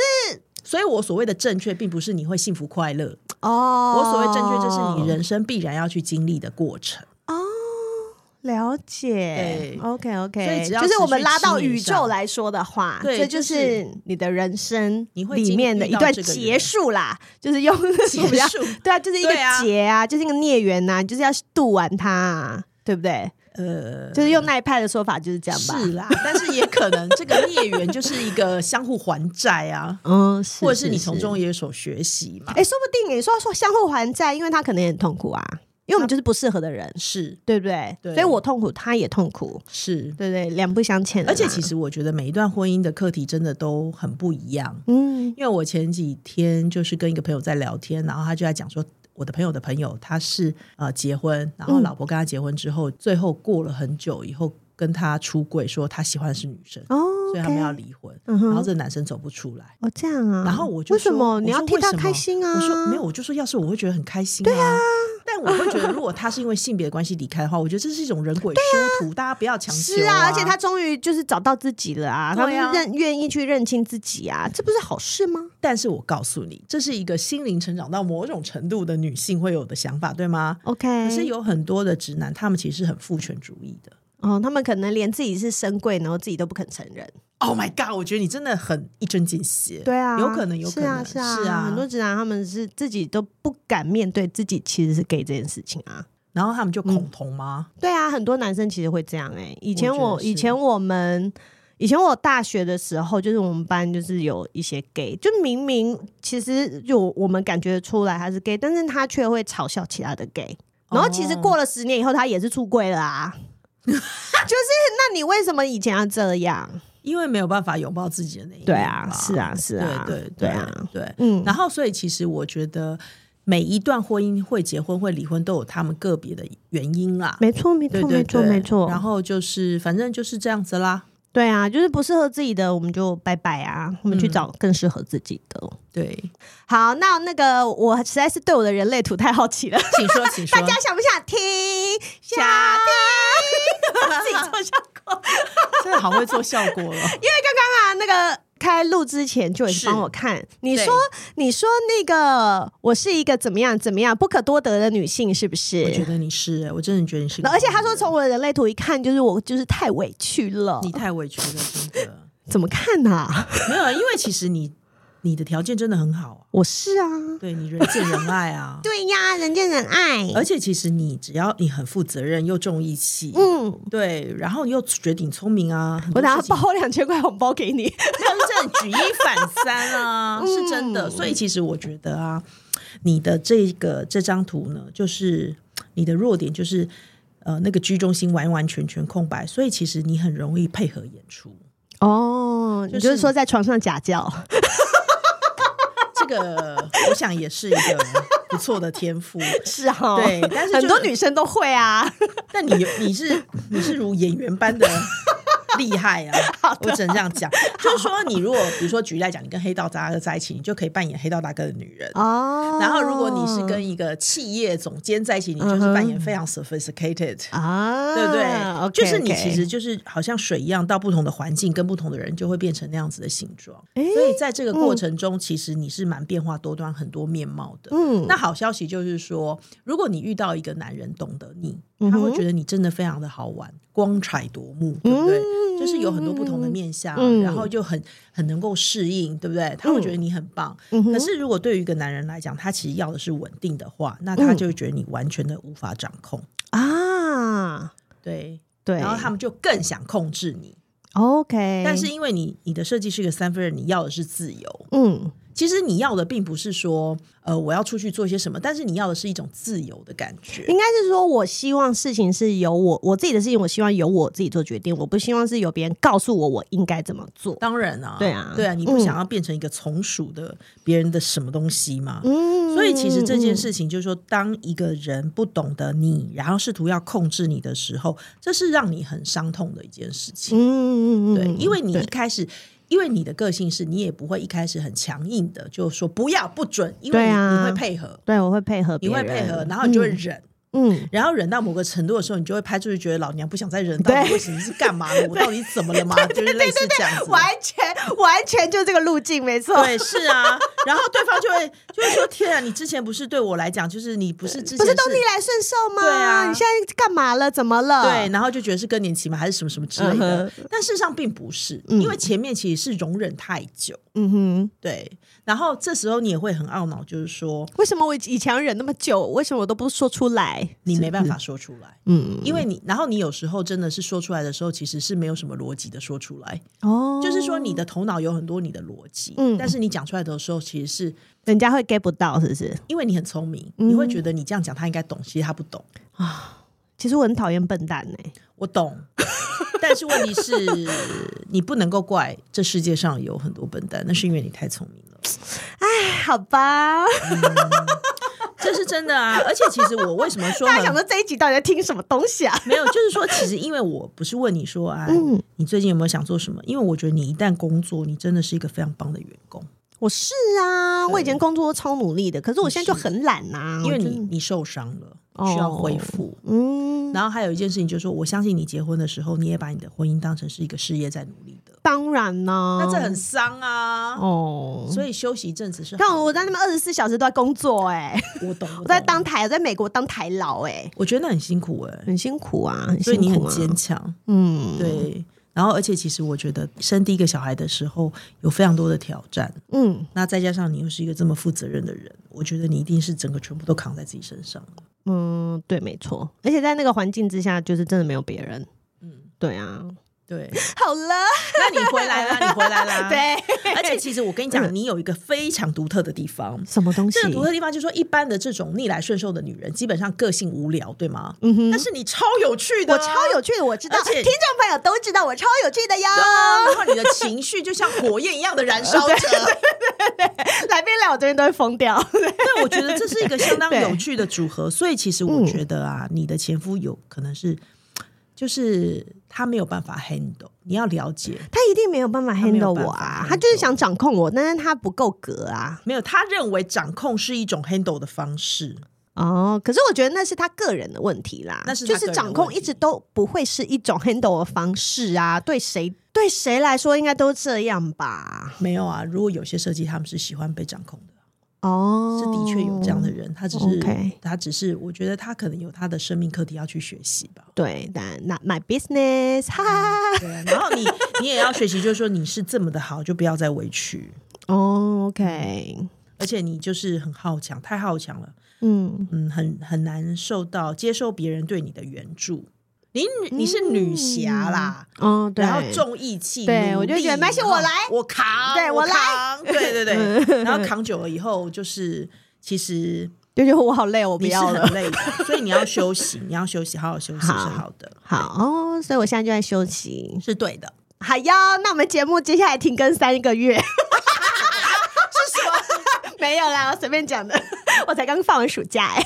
S3: 所以我所谓的正确，并不是你会幸福快乐，
S2: 哦，
S3: 我所谓正确，就是你人生必然要去经历的过程。
S2: 哦，了解
S3: 对。
S2: OK
S3: 所以
S2: OK，
S3: 只要
S2: 就是我们
S3: 持续
S2: 拉到
S3: 吸引
S2: 宇宙
S3: 上
S2: 来说的话，
S3: 对
S2: 这就
S3: 就是
S2: 是你的人生
S3: 你会
S2: 里
S3: 经
S2: 面的
S3: 遇
S2: 一
S3: 到
S2: 段
S3: 这个
S2: 结
S3: 人
S2: 束啦，就是用 [laughs] 我们
S3: 结
S2: 要
S3: 束，
S2: 对啊，就是一个
S3: 对啊
S2: 结啊，就是一个孽缘呐、就是要渡完它、啊，对不对？
S3: 呃，
S2: 就是用那一派的说法就是这样吧。
S3: 是啦，但是也可能这个孽缘就是一个相互还债啊，
S2: 嗯， [laughs] 是
S3: 或者是你从中也有所学习嘛
S2: 哎、。诶说不定你说说相互还债，因为他可能也很痛苦啊，因为我们就是不适合的人，
S3: 是
S2: 对不对？
S3: 对
S2: 所以我痛苦，他也痛苦，
S3: 是，
S2: 对不对？两不相欠啊。
S3: 而且其实我觉得每一段婚姻的课题真的都很不一样。
S2: 嗯，
S3: 因为我前几天就是跟一个朋友在聊天，然后他就在讲说，我的朋友的朋友他是呃结婚，然后
S2: 嗯
S3: 老婆跟他结婚之后，最后过了很久以后跟他出柜说他喜欢的是女生，
S2: 哦，
S3: 所以他们要离婚，
S2: 嗯哼
S3: 然后这个男生走不出来。
S2: 哦这样啊。
S3: 然后我就
S2: 为什
S3: 说
S2: 么
S3: 我
S2: 你
S3: 说
S2: 要替
S3: 为
S2: 他
S3: 什么
S2: 开心啊？
S3: 我说没有，，我就说要是我会觉得很开心、啊。对啊，但我会觉得如果他是因为性别的关系离开的话，我觉得这是一种人鬼殊途，大家不要强求、
S2: 啊是啊，
S3: 啊，
S2: 而且他终于就是找到自己了啊，他
S3: 对啊
S2: 们认愿意去认清自己啊，这不是好事吗？
S3: 但是我告诉你，这是一个心灵成长到某种程度的女性会有的想法，对吗？
S2: OK，
S3: 可是有很多的直男，他们其实是很父权主义的。
S2: 哦，他们可能连自己是身贵，然后自己都不肯承认。
S3: Oh my god！我觉得你真的很一针见血。
S2: 对啊，
S3: 有可能，有可能，
S2: 是啊，是
S3: 是
S2: 啊，很多直男他们是自己都不敢面对自己其实是 gay 这件事情啊。
S3: 然后他们就恐同吗？
S2: 对啊，很多男生其实会这样哎、以前我
S3: 我觉得是
S2: 以前我们以前我大学的时候，就是我们班就是有一些 gay，就明明其实就我们感觉出来他是 gay，但是他却会嘲笑其他的 gay。然后其实
S3: 哦
S2: 过了十年以后，他也是出柜了 [laughs] 啊。就是，那你为什么以前要这样？
S3: 因为没有办法拥抱自己的那一面
S2: 对啊，
S3: 吧
S2: 是，啊，是啊，
S3: 对对
S2: 对啊，，
S3: 对。
S2: 嗯，
S3: 然后，所以其实我觉得每一段婚姻会结婚会离婚都有他们个别的原因啦。
S2: 没错，没
S3: 对
S2: 错，
S3: 对
S2: 没错，
S3: 对
S2: 没错。
S3: 然后就是，反正就是这样子啦。
S2: 对啊，就是不适合自己的，我们就拜拜啊，我们去
S3: 嗯
S2: 找更适合自己的。
S3: 对，
S2: 好，那那个我实在是对我的人类图太好奇了，
S3: 请说，请说。
S2: 大家想不想听？想听， [laughs] 自己做
S3: [laughs]
S2: 效果。
S3: 真的好会做效
S2: [laughs]
S3: 果了。
S2: 那那个开录之前，就也
S3: 是
S2: 帮我看，你
S3: 对
S2: 说你说那个我是一个怎么样怎么样不可多得的女性，是不
S3: 我觉
S2: 是？
S3: 得你是、欸我真的觉得你是个
S2: 那
S3: 好
S2: 而
S3: 人。
S2: 且他说从我的人类图一看，就是我就是太委屈了，
S3: 你太委屈了，真的。
S2: 怎么看啊？
S3: [laughs] 没有，因为其实你你的条件真的很好啊，
S2: 我是啊，。
S3: 对你人见人爱啊
S2: [laughs] 对呀，人见人爱，
S3: 而且其实你只要你很负责任又重义气，
S2: 嗯，
S3: 对，然后你又绝顶聪明啊，很
S2: 我
S3: 多
S2: 等下
S3: 事情
S2: 包两千块红包给你。
S3: 没有是很举一反三
S2: [laughs]
S3: 啊，是真
S2: 嗯
S3: 的。所以其实我觉得啊，你的这个这张图呢，就是你的弱点就是呃那个居中心完完全全空白，所以其实你很容易配合演出。 [laughs]
S2: 哦，你
S3: 就
S2: 就是
S3: 是
S2: 说在床上假叫，
S3: 这个我想也是一个不错的天赋。
S2: 是哈
S3: 对但 [laughs] 是就啊
S2: 很多女生都会啊。
S3: 但你你是你是如演员
S2: [laughs]
S3: 般的厉害啊！我只能这样讲，就是说你如果比如说举例来讲，你跟黑道大哥在一起，你就可以扮演黑道大哥的女人。
S2: 哦
S3: [laughs] 然后，如果你是跟一个企业总监在一起，你就是扮演非常 sophisticated，、
S2: 嗯啊，
S3: 对不对
S2: OK，
S3: 就是你
S2: OK
S3: 其实就是好像水一样，到不同的环境跟不同的人，就会变成那样子的形状。
S2: 诶
S3: 所以在这个过程中，其实你是蛮变化多端、很多面貌的。
S2: 嗯
S3: 那好消息就是说，如果你遇到一个男人懂得你，
S2: 嗯
S3: 他会觉得你真的非常的好玩，光彩夺目，对不对？就是有很多不同的面相，
S2: 嗯
S3: 然后就很很能够适应，对不对？他会觉得你很棒。
S2: 嗯
S3: 可是如果对于一个男人来讲，他其实要的是稳定的话，那他就会觉得你完全的无法掌控，
S2: 啊，
S3: 对。
S2: 对，
S3: 然后他们就更想控制你，
S2: OK，
S3: 但是因为你你的设计是一个三分人，你要的是自由。
S2: 嗯
S3: 其实你要的并不是说，呃，我要出去做些什么，但是你要的是一种自由的感觉。
S2: 应该是说，我希望事情是由我我自己的事情，我希望由我自己做决定，我不希望是由别人告诉我我应该怎么做。
S3: 当然啊，
S2: 对啊
S3: 对啊，你不
S2: 嗯
S3: 想要变成一个从属的别人的什么东西嘛？
S2: 嗯
S3: 所以其实这件事情就是说，当一个人不懂得你，然后试图要控制你的时候，这是让你很伤痛的一件事
S2: 嗯，
S3: 情。
S2: 嗯嗯嗯，
S3: 对，因为你一
S2: 对
S3: 开始。因为你的个性是你也不会一开始很强硬的，就说不要不准，因为
S2: 对
S3: 你,、
S2: 啊
S3: 你会配合，
S2: 对我会配合
S3: 你
S2: 别
S3: 会
S2: 人，
S3: 配合，然后你就会
S2: 嗯
S3: 忍，
S2: 嗯，
S3: 然后忍到某个程度的时候，你就会拍出去，觉得老娘不想再忍，
S2: 对
S3: 到底为什么是干嘛呢？我到底怎么
S2: [laughs]
S3: 了嘛？就是类似这样子。
S2: 完全完全就这个路径，没 [laughs] 错。
S3: 对，是啊，然后对方就会就会说：“天啊，你之前不是对我来讲，就是你不是之前
S2: 不是都逆来顺受吗？
S3: 对啊
S2: 你现在干嘛了？怎么了？
S3: 对，，然后就觉得是更年期嘛，还是什么什么之类的
S2: 嗯。
S3: 但事实上并不是，
S2: 嗯
S3: 因为前面其实是容忍太久，
S2: 嗯哼，
S3: 对。然后这时候你也会很懊恼，就是说
S2: 为什么我以前要忍那么久？为什么我都不说出来？
S3: 你没办法说出来，
S2: 嗯，
S3: 因为你，然后你有时候真的是说出来的时候，其实是没有什么逻辑的说出来，
S2: 哦
S3: 就是说你的头脑有很多你的逻辑
S2: 嗯，
S3: 但是你讲出来的时候，其实是
S2: 人家会 get 不到，是不是？
S3: 因为你很聪明，
S2: 嗯
S3: 你会觉得你这样讲他应该懂，其实他不懂。
S2: 其实我很讨厌笨蛋呢、
S3: 我懂， [laughs] 但是问题是，你不能够怪这世界上有很多笨蛋，那是因为你太聪明了，
S2: [laughs] 好吧，
S3: 这是真的啊。而且其实我为什么说
S2: 大家想
S3: 很
S2: 说这一集到底在听什么东西啊？
S3: 没有，就是说其实因为我不是问你说啊，
S2: 嗯
S3: 你最近有没有想做什么？因为我觉得你一旦工作，你真的是一个非常棒的员工，
S2: [laughs] 我是啊，我以前工作超努力的，可是我现在就很懒呐、
S3: 因为
S2: 我
S3: 你
S2: 就
S3: 你受伤了，
S2: 哦
S3: 需要恢复。
S2: 嗯，
S3: 然后还有一件事情，就是说我相信你结婚的时候，你也把你的婚姻当成是一个事业在努力的，
S2: 当然呢、
S3: 那这很伤啊。
S2: 哦。
S3: 所以休息一阵子是好的。
S2: 看我在那边二十四小时都在工作、哎，
S3: 我懂，
S2: 我
S3: 我
S2: 在
S3: 懂
S2: 当台，我在美国当台老、哎，
S3: 我觉得那很辛苦哎、
S2: 很辛苦啊，很辛苦、啊。
S3: 所以你很坚强，
S2: 嗯，
S3: 对。然后，而且其实我觉得生第一个小孩的时候有非常多的挑战，
S2: 嗯
S3: 那再加上你又是一个这么负责任的人，我觉得你一定是整个全部都扛在自己身上。
S2: 嗯，对，没错。而且在那个环境之下，就是真的没有别人。
S3: 嗯，
S2: 对啊，
S3: 对。
S2: 好了，
S3: 那你回来啦，你回来 [laughs] 啦。。
S2: 对，
S3: 而且其实我跟你讲，你有一个非常独特的地方。
S2: 什么东西
S3: 这？个独特的地方就是说，一般的这种逆来顺受的女人，基本上个性无聊，对吗？
S2: 嗯哼
S3: 但是你超有趣的啊、
S2: 我超有趣的，我知道，
S3: 而且
S2: 听众朋友都知道我超有趣的哟。
S3: 啊，然后你的情绪就像火焰一样的
S2: [laughs]
S3: 燃烧着。
S2: 来宾来我这边都会疯 [laughs] 掉。
S3: 对，我觉得这是一个相当
S2: 对嗯
S3: 有趣的组合。所以其实我觉得啊，你的前夫有可能是，就是他没有办法 handle，你要了解。
S2: 他一定没有办法
S3: 没有
S2: handle
S3: 办
S2: 我
S3: 法
S2: 啊，
S3: handle
S2: 他就是想掌控我，但是他不够格啊。
S3: 没有，他认为掌控是一种 handle 的方式。
S2: 哦，可是我觉得那是他个人的问题啦，
S3: 那是他
S2: 就
S3: 个人
S2: 是
S3: 的
S2: 掌控
S3: 问
S2: 一
S3: 题
S2: 直都不会是一种 [laughs] handle 的方式啊，对谁对谁来说应该都这样吧？
S3: 没有啊，如果有些设计他们是喜欢被掌控的，
S2: 哦，
S3: 是的确有这样的人，他只是
S2: OK
S3: 他只是，我觉得他可能有他的生命课题要去学习吧。
S2: 对，但 not my business，哈哈哈
S3: 对啊，然后
S2: [laughs]
S3: 你你也要学习，就是说你是这么的好，就不要再委屈，
S2: 哦，OK，
S3: 而且你就是很好强，太好强了。
S2: 嗯，
S3: 嗯，很很难受到接受别人对你的援助。你女你是女侠啦，
S2: 哦，对，
S3: 然后重义气，
S2: 对
S3: 努力
S2: 我就觉得没关系我来
S3: 我扛，
S2: 对
S3: 我
S2: 我来
S3: 扛，
S2: [laughs]
S3: 对对对，然后扛久了以后，就是其实
S2: 就觉得我好累， [laughs] 我不
S3: 你是
S2: 要
S3: 很
S2: 了。
S3: 累的，所以你要休息，你要休息，好好休息是
S2: 好
S3: 好的，
S2: 好哦，所以我现在就在休息。
S3: 是对的。
S2: 好哟，那我们节目接下来停更三个月， [laughs]
S3: 是什么？
S2: 没有啦，我随便讲的。 [laughs] 我才刚放完暑假、欸，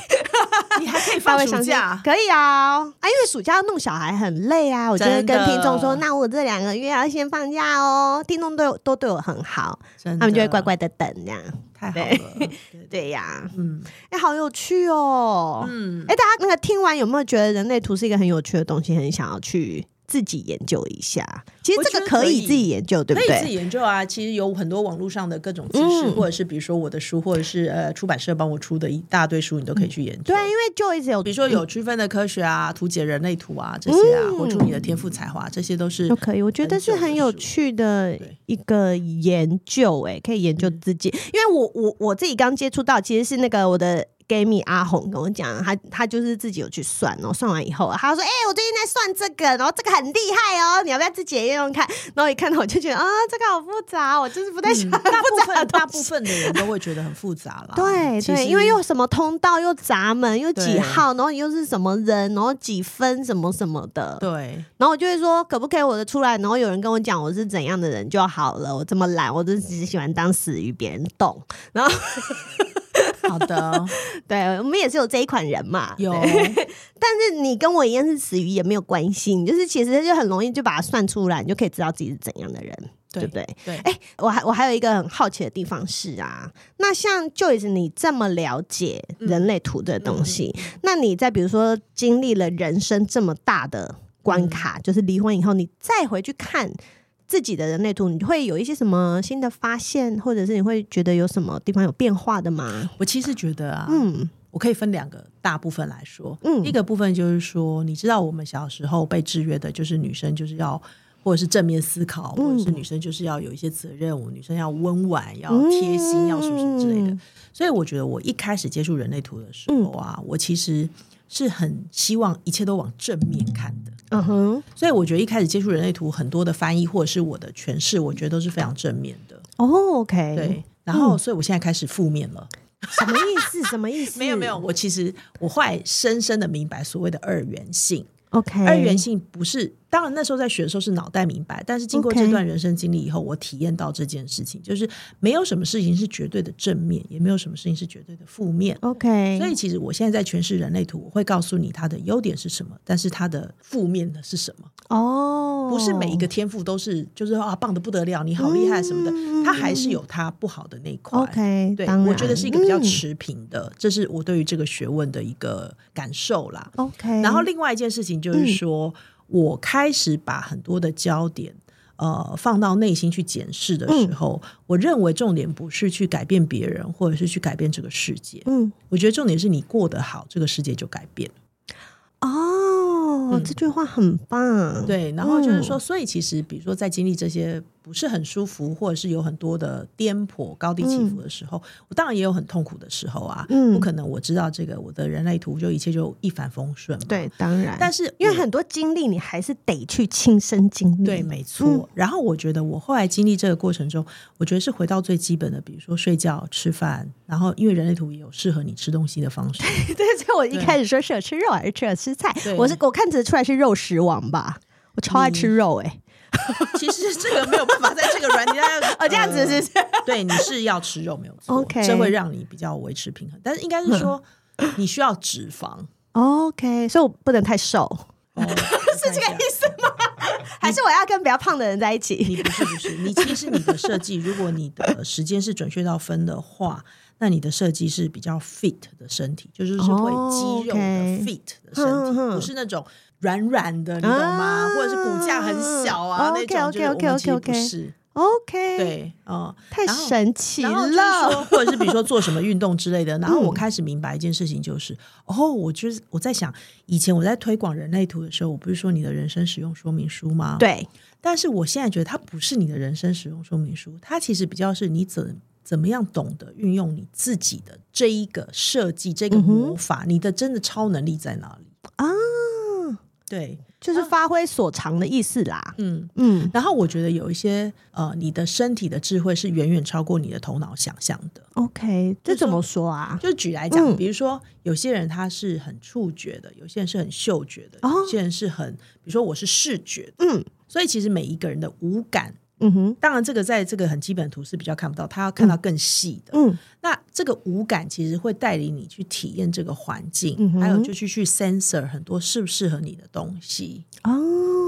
S3: 你
S2: [laughs]
S3: 还可
S2: 大
S3: 以
S2: 家
S3: 放
S2: 会
S3: 暑
S2: 相信
S3: 假？
S2: 可以啊、哦，啊，因为暑假要弄小孩很累啊，我就会
S3: 真的
S2: 跟听众说，那我这两个月要先放假哦。听众对我都对我很好，
S3: 真的
S2: 他们就会乖，乖的等这样。
S3: 太好了。对
S2: [laughs] 对呀、
S3: 嗯
S2: 哎、好有趣哦。
S3: 嗯，
S2: 哎、大家那个听完有没有觉得人类图是一个很有趣的东西，很想要去自己研究一下。其实
S3: 我
S2: 这
S3: 觉
S2: 个
S3: 得
S2: 可
S3: 可
S2: 以
S3: 以
S2: 自己研究，对
S3: 可
S2: 不
S3: 以自
S2: 对？
S3: 己研究啊。其实有很多网络上的各种知识，
S2: 嗯
S3: 或者是比如说我的书，或者是呃出版社帮我出的一大堆书，你都可以去研究。
S2: 嗯对，因为就一直有
S3: 比如说有区分的科学啊、图解人类图啊这些啊，
S2: 嗯
S3: 活出你的天赋才华，这些都是
S2: 都
S3: [laughs]
S2: 可以，我觉得是很有趣的
S3: 对嗯
S2: 一个研究、欸，可以研究自己。因为我我我自己刚接触到，其实是那个我的 gay 蜜阿红跟我讲，他他就是自己有去算哦，算完以后，他说：“哎、我最近在算这个，然后这个很厉害哦，你要不要自己也用用看？”然后我一看到我就觉得啊，这个好复杂，我就是不太喜
S3: 嗯
S2: 欢
S3: 大
S2: [laughs]
S3: 部
S2: 复杂的
S3: 分大
S2: 东西
S3: 部分的人都会觉得很复杂啦。
S2: 对
S3: 其
S2: 对，
S3: 实
S2: 因为又什么通道，又闸门，又几
S3: 对
S2: 号，然后又是什么人，然后几分什么什么的， [laughs]
S3: 对
S2: 然后我就会说，可不可以我的出来？然后有人跟我讲我是怎样的人就好了，我这么懒，我就只喜欢当死鱼，别人 [laughs] 动。
S3: 好的
S2: 对我们也是有这一款人嘛，
S3: 有
S2: 对。 [laughs] 但是你跟我一样是死鱼也没有关系，你就是其实就很容易就把它算出来，你就可以知道自己是怎样的人，对
S3: 对
S2: 不对？
S3: 对
S2: 哎、我还我还有一个很好奇的地方是啊，那像 Joyce 你这么了解
S3: 嗯
S2: 人类图的东西，那你在比如说经历了人生这么大的关
S3: 嗯
S2: 卡，就是离婚以后，你再回去看自己的人类图，你会有一些什么新的发现，或者是你会觉得有什么地方有变化的吗？
S3: 我其实觉得啊，
S2: 嗯
S3: 我可以分两个大部分来说。
S2: 嗯
S3: 一个部分就是说，你知道我们小时候被制约的就是女生就是要。或者是正面思考，
S2: 嗯
S3: 或者是女生就是要有一些责任，我女生要温婉，要贴心，要什么什么之类的
S2: 嗯。
S3: 所以我觉得我一开始接触人类图的时候啊，我其实是很希望一切都往正面看的。
S2: 嗯哼，
S3: 所以我觉得一开始接触人类图，很多的翻译或者是我的诠释，我觉得都是非常正面的。
S2: 哦，OK，嗯
S3: 对，，然后所以我现在开始负面了。
S2: 什么意思？什么意思？
S3: [laughs] 没有没有，我其实我后来深深的明白所谓的二元性。
S2: ，OK，
S3: 二元性不是，当然那时候在学的时候是脑袋明白，但是经过
S2: OK
S3: 这段人生经历以后，我体验到这件事情，就是没有什么事情是绝对的正面，也没有什么事情是绝对的负面。
S2: ，OK，
S3: 所以其实我现在在诠释人类图，我会告诉你它的优点是什么，但是它的负面的是什么。
S2: 哦，
S3: 不是每一个天赋都是就是啊棒的不得了，你好厉害什么的，它还是有它不好的那一块。
S2: OK，
S3: 对
S2: 当，然
S3: 我觉得是一个比较
S2: 嗯
S3: 持平的，这是我对于这个学问的一个感受啦。
S2: OK，嗯
S3: 然后另外一件事情就是说，我开始把很多的焦点。呃，放到内心去检视的
S2: 嗯
S3: 时候，我认为重点不是去改变别人，或者是去改变这个世界。
S2: 嗯，
S3: 我觉得重点是你过得好，这个世界就改变了。
S2: 哦，
S3: 嗯
S2: 这句话很棒，，
S3: 对，然后就是
S2: 嗯
S3: 说，所以其实比如说在经历这些不是很舒服，或者是有很多的颠簸、高低起伏的时候，我当然也有很痛苦的时候啊。
S2: 嗯
S3: 不可能我知道这个我的人类图就一切就一帆风顺嘛。
S2: 对，，当然，嗯
S3: 但是
S2: 因为
S3: 我
S2: 很多经历你还是得去亲身经历，
S3: 对，没错。
S2: 嗯
S3: 然后我觉得我后来经历这个过程中，我觉得是回到最基本的，比如说睡觉、吃饭，然后因为人类图也有适合你吃东西的方式。
S2: [laughs] 对，所以我一
S3: 对
S2: 开始说是有吃肉还是吃了吃菜，
S3: 对
S2: 我是我看得出来是肉食王吧，我超爱吃肉，哎，
S3: 其实这个没有办法在这个软件
S2: [laughs] 哦，这样子是
S3: 呃
S2: 不是
S3: 对，你是要吃肉没有错
S2: OK 嗯
S3: 这会让你比较维持平衡。但是应该是说，你需要脂肪，
S2: [laughs] OK，所以我不能太瘦，
S3: 哦、是这个意思。
S2: 还是我要跟比较胖的人在一起？
S3: 你不是不是，你其实你的设计，如果你的时间是准确到分的话，那你的设计是比较 fit 的身体，就是是会
S2: 哦
S3: 肌肉的
S2: OK
S3: fit 的身体，
S2: 哼哼
S3: 不是那种软软的，你懂吗？
S2: 啊
S3: 或者是骨架很小啊、那种，就是我们其实
S2: OK，OK，OK，OK
S3: 不是。
S2: OK，，
S3: 对，嗯，
S2: 太
S3: 然后
S2: 神奇
S3: 然后就是说嗯
S2: 了。
S3: [laughs] 或者是比如说做什么运动之类的。然后我开始明白一件事情，就是、哦，我就是我在想，以前我在推广人类图的时候，我不是说你的人生使用说明书吗？。
S2: 对，
S3: 但是我现在觉得它不是你的人生使用说明书，它其实比较是你怎怎么样懂得运用你自己的这一个设计、这个魔法，你的真的超能力在哪里
S2: 啊？
S3: 对，
S2: 就是发挥所长的意思啦。
S3: 嗯。
S2: 嗯，
S3: 然后我觉得有一些呃，你的身体的智慧是远远超过你的头脑想象的。
S2: OK，这
S3: 就是
S2: 怎么说啊？
S3: 就举来讲，
S2: 嗯
S3: 比如说有些人他是很触觉的，有些人是很嗅觉的，
S2: 哦
S3: 有些人是很，比如说我是视觉的，
S2: 嗯
S3: 所以其实每一个人的五感，
S2: 嗯哼，
S3: 当然这个在这个很基本的图是比较看不到，他要看到更细的。
S2: 嗯
S3: 那这个五感其实会带领你去体验这个环境，
S2: 嗯哼
S3: 还有就去去 sensor 很多适不适合你的东西。
S2: 哦。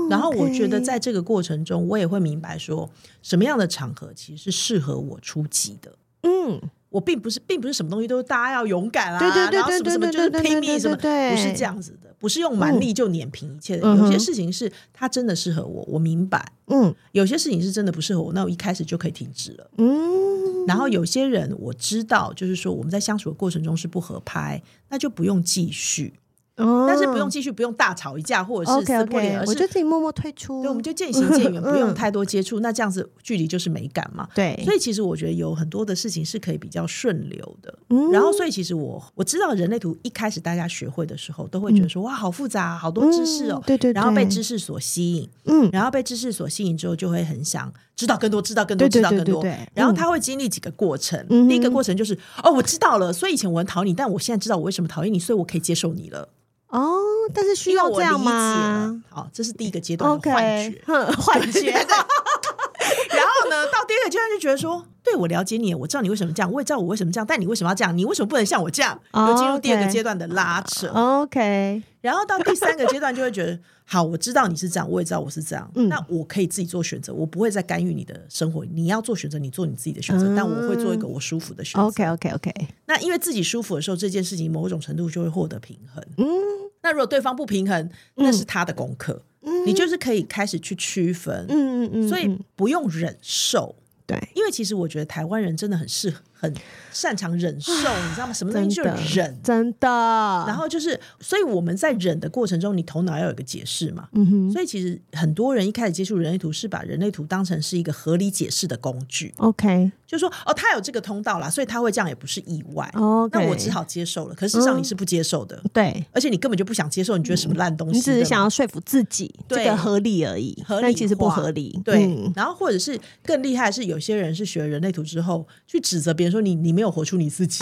S3: 然后我觉得
S2: OK
S3: 在这个过程中，我也会明白说什么样的场合其实是适合我出击的。
S2: 嗯，
S3: 我并不是，并不是什么东西都大家要勇敢啊，
S2: 对对对
S3: 然后什么
S2: 对
S3: 什么
S2: 对
S3: 就是
S2: 对对
S3: 拼
S2: 对
S3: 命什么，
S2: 对对
S3: 不是这样子的，不是用蛮力就碾平一切的。
S2: 嗯
S3: 有
S2: 嗯
S3: 些
S2: 哼
S3: 事情是它真的适合我，我明白；
S2: 嗯
S3: 有些事情是真的不适合我，那我一开始就可以停止了。
S2: 嗯
S3: 然后有些人我知道，就是说我们在相处的过程中是不合拍，那就不用继续。
S2: 哦
S3: 但是不用继续，不用大吵一架或者是
S2: OK
S3: 撕破脸
S2: OK，
S3: 而
S2: 我就是自己默默退出。
S3: 对，我们就渐行渐远，
S2: [laughs] 嗯
S3: 不用太多接触。那这样子距离就是美感嘛。
S2: 对，
S3: 所以其实我觉得有很多的事情是可以比较顺流的。
S2: 嗯
S3: 然后，所以其实我我知道人类图一开始大家学会的时候，都会觉得说、哇，好复杂，好多知识哦
S2: 嗯嗯。对对对
S3: 然后被知识所吸引，
S2: 嗯
S3: 然后被知识所吸引之后，就会很想知道更多，知道更多，
S2: 对对
S3: 知道
S2: 对
S3: 更
S2: 对
S3: 多。
S2: 对，
S3: 然后
S2: 嗯
S3: 他会经历几个过程，
S2: 嗯哼
S3: 第一个过程就是哦，我知道了，所以以前我很讨厌你，但我现在知道我为什么讨厌你，所以我可以接受你了，
S2: 哦，但是需
S3: 因为
S2: 要
S3: 我
S2: 这
S3: 理解
S2: 样
S3: 了
S2: 吗。
S3: 好，这是第一个阶段的
S2: ？OK，
S3: 幻觉。
S2: 哼幻觉，
S3: [laughs] 然后呢，到第二个阶段就觉得说，对我了解你，我知道你为什么这样，我也知道我为什么这样，但你为什么要这样？你为什么不能像我这样？
S2: 哦
S3: 又进入第二个
S2: OK
S3: 阶段的拉扯。
S2: [laughs]
S3: [laughs]
S2: OK，
S3: 然后到第三个阶段就会觉得，好，我知道你是这样，我也知道我是这样，
S2: 嗯
S3: 那我可以自己做选择，我不会再干预你的生活。你要做选择，你做你自己的选择，
S2: 嗯
S3: 但我会做一个我舒服的选择。
S2: OK OK OK，
S3: 那因为自己舒服的时候，这件事情某种程度就会获得平衡。
S2: 嗯
S3: 那如果对方不平衡，那是他的功课，
S2: 嗯
S3: 你就是可以开始去区分，
S2: 嗯嗯嗯，
S3: 所以
S2: 嗯
S3: 不用忍受。
S2: 对，
S3: 因为其实我觉得台湾人真的很适很擅长忍受，你知道吗？什么东西就
S2: 真的
S3: 忍，
S2: 啊真的，然
S3: 然后就是，所以我们在忍的过程中，你头脑要有一个解释嘛。
S2: 嗯哼
S3: 所以其实很多人一开始接触人类图，是把人类图当成是一个合理解释的工具，
S2: ，OK
S3: 就说哦，他有这个通道啦，所以他会这样也不是意外。
S2: 哦 OK，嗯
S3: 那我只好接受了。可是事实上你是不接受的，
S2: 对。
S3: 而且你根本就不想接受，你觉得什么烂东西？
S2: 嗯你只
S3: 对
S2: 是
S3: 吗
S2: 想要说服自己，这
S3: 对
S2: 个合理而已，
S3: 合理
S2: 但其实不
S3: 化
S2: 合理。
S3: 对，
S2: 嗯
S3: 然后或者是更厉害的是，有些人是学人类图之后去指责别人说你你没有活出你
S2: [laughs]
S3: 自己，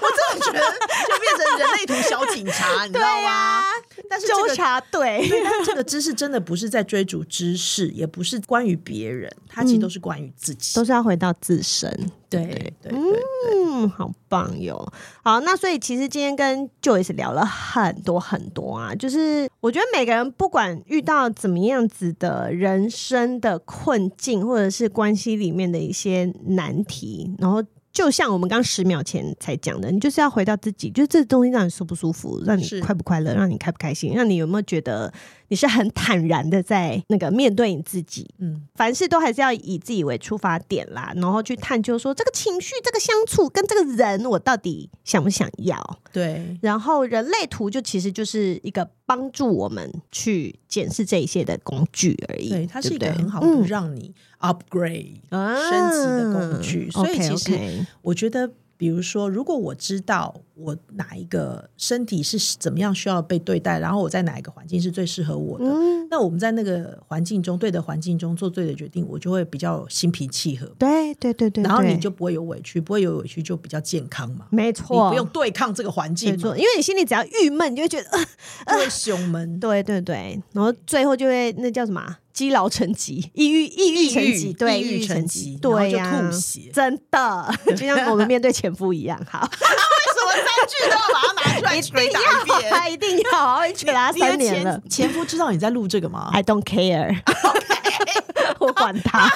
S3: 我真的觉得就变成人类图小警察，你知
S2: 对
S3: 道吗？
S2: 呀，
S3: 但是这
S2: 纠
S3: 个
S2: 察队，
S3: 对，但这个知识真的不是在追逐知识，也不是关于别人，它其实都是关于自己。
S2: 嗯都是要回到自身。
S3: 对对对
S2: 嗯，好棒哟！好，那所以其实今天跟 Joyce 聊了很多很多啊，就是我觉得每个人不管遇到怎么样子的人生的困境，或者是关系里面的一些难题，然后。就像我们刚十秒前才讲的，你就是要回到自己，就是这东西让你舒不舒服，让你
S3: 是
S2: 快不快乐，让你开不开心，让你有没有觉得你是很坦然的在那个面对你自己，
S3: 嗯，
S2: 凡事都还是要以自己为出发点啦，然后去探究说这个情绪、这个相处跟这个人，我到底想不想要。
S3: 对，
S2: 然后人类图就其实就是一个帮助我们去检视这一切的工具而已。
S3: 对，它是一个
S2: 对不嗯对
S3: 很好的让你 upgrade 升级的工
S2: 哦
S3: 具，所以
S2: o k
S3: 其实
S2: o k
S3: 我觉得，比如说，如果我知道我哪一个身体是怎么样需要被对待，然后我在哪一个环境是最适合我的，
S2: 嗯，
S3: 那我们在那个环境中对的环境中做对的决定，我就会比较心平气和，
S2: 对对对对，
S3: 然后你
S2: 对
S3: 就不会有委屈，不会有委屈就比较健康嘛，
S2: 没
S3: 你
S2: 错，
S3: 不用对抗这个环境
S2: 没
S3: 嘛，
S2: 错，因为你心里只要郁闷，你就会觉得，呃
S3: 就会胸 [laughs] 闷。
S2: 对对对，然后最后就会那叫什么啊积劳成疾，抑郁抑郁成疾，对，
S3: 抑郁
S2: 郁
S3: 成
S2: 成
S3: 疾然后
S2: 对
S3: 就
S2: 呀、
S3: 吐血
S2: 真的， [laughs] 就像我们面对前夫一样，
S3: [laughs]
S2: 好，
S3: 为什么三句都要把它拿出来捶 [laughs] 打一遍？
S2: 他一定要好好一起他三
S3: [laughs] 你的
S2: 年了
S3: 前前夫知道你在录这个 [laughs] 吗？
S2: ，I don't care，我管他，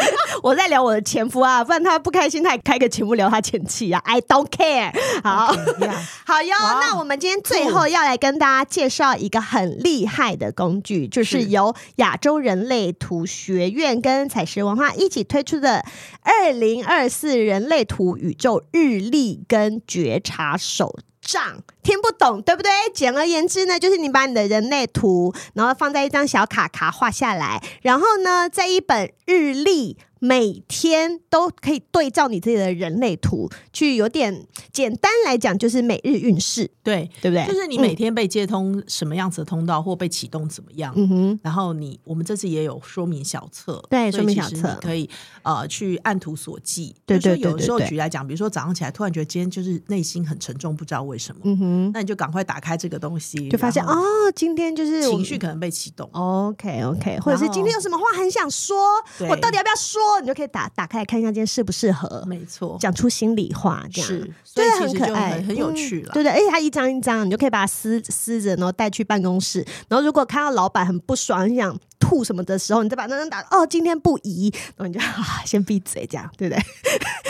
S2: [laughs] 我在聊我的前夫啊，不然他不开心，他也开个节目聊他前妻啊，I don't care，好。
S3: 呀
S2: 好哟，
S3: 哇哦
S2: 那我们今天最后要来跟大家介绍一个很厉害的工具，就是
S3: 是
S2: 由亚洲人类图学院跟采石文化一起推出的二零二四人类图宇宙日历跟觉察手。账听不懂，对不对？简而言之呢，就是你把你的人类图，然后放在一张小卡卡画下来，然后呢，在一本日历，每天都可以对照你自己的人类图，去有点简单来讲，就是每日运势，
S3: 对，
S2: 对不嗯对？
S3: 就是你每天被接通什么样子的通道，或被启动怎么样。
S2: 嗯哼，
S3: 然后你，我们这次也有说明小册，
S2: 对
S3: 所以
S2: 说明
S3: 其
S2: 小
S3: 实
S2: 册
S3: 你可以呃去按图索骥。
S2: 对
S3: 就是
S2: 对对
S3: 有时候
S2: 对对
S3: 举来讲，比如说早上起来突然觉得今天就是内心很沉重，不知道为什么，
S2: 嗯哼，
S3: 那你就赶快打开这个东西，
S2: 就发现
S3: 然后
S2: 哦，今天就是我哦
S3: 情绪可能被启动。
S2: OK OK，或者是
S3: 然后
S2: 今天有什么话很想说，
S3: 对
S2: 我到底要不要说？你就可以打打开来看一下今天适不适合，
S3: 没错，
S2: 讲出心里话，这样
S3: 是，所
S2: 对啊
S3: 以，
S2: 很
S3: 其实
S2: 可
S3: 就
S2: 爱，
S3: 很很有
S2: 嗯
S3: 趣了。
S2: 对对，而且它一张一张，你就可以把它撕撕着，然后带去办公室。然后如果看到老板很不爽，很想吐什么的时候，你再把那张打哦，今天不宜，然 [laughs] 后你就、啊、先闭嘴，这样对不对？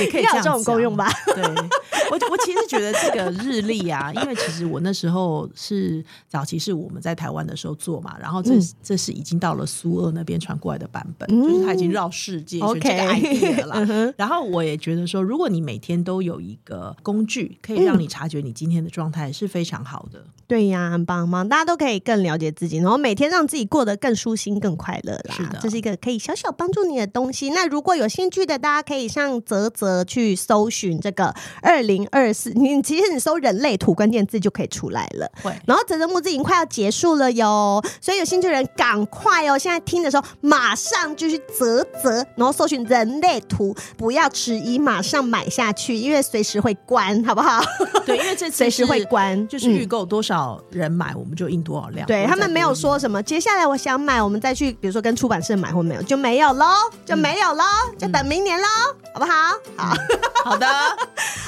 S3: 也可以
S2: 应该有
S3: 这样
S2: 这种
S3: 讲
S2: 功用吧？
S3: [laughs] 对，我我其实觉得这个日历啊，因为其实我那时候是早期是我们在台湾的时候做嘛，然后
S2: 嗯
S3: 这、这是已经到了苏俄那边传过来的版本，就是它已经绕世界所
S2: 嗯
S3: 以这
S2: OK 嗯
S3: 个
S2: [laughs]
S3: idea 了啦。然后我也觉得说，如果你每天都有一个工具，可以让
S2: 嗯
S3: 你察觉你今天的状态是非常好的。
S2: 对呀，很棒很棒，大家都可以更了解自己，然后每天让自己过得更舒心、更快乐啦。
S3: 是的
S2: 这是一个可以小小帮助你的东西。那如果有兴趣的，大家可以上泽泽去搜寻这个二零二四，你其实你搜人类图关键字就可以出来了。
S3: 会
S2: 然后泽泽募资已经快要结束了哟，所以有兴趣的人赶快哦！现在听的时候马上就去泽泽，然后搜寻人类图，不要迟疑，马上买下去，因为随时会关，好不好？ [laughs]
S3: 对，因为这次
S2: 随时
S3: 是
S2: 会关，
S3: 就是预
S2: 嗯
S3: 购多少人买，我们就印多少量。
S2: 对
S3: 不会
S2: 他
S3: 再
S2: 们没有
S3: 多
S2: 说什么，接下来我想买，我们再去，比如说跟出版社买或没有，就没有喽，就没有喽，就等明年喽，好不好？好，
S3: [laughs]
S2: [laughs]
S3: 好的，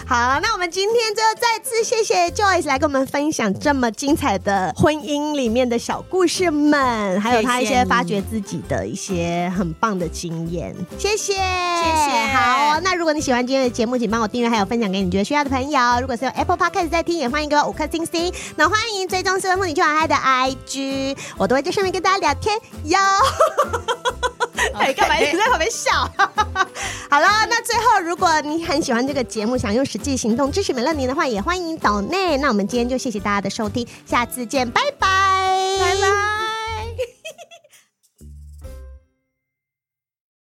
S2: 好，那我们今天就再次谢谢 Joyce 来跟我们分享这么精彩的婚姻里面的小故事们，还有她一
S3: 谢谢
S2: 些
S3: 你
S2: 发掘自己的一些很棒的经验，谢谢，谢
S3: 谢
S2: 好、那如果你喜欢今天的节目，请帮我订阅，还有分享给你觉得需要的朋友。如果是用 Apple Podcast 在听，也欢迎给我五颗星星。那欢迎追踪四分妇女去玩嗨的 IG，我都会在上面跟大家聊天哟。哎，干嘛一直在旁边笑？ [laughs] 好了，那最后，如果你很喜欢这个节目，想用实际行动支持美乐妮的话，也欢迎岛内。那我们今天就谢谢大家的收听，下次见，拜拜，拜拜。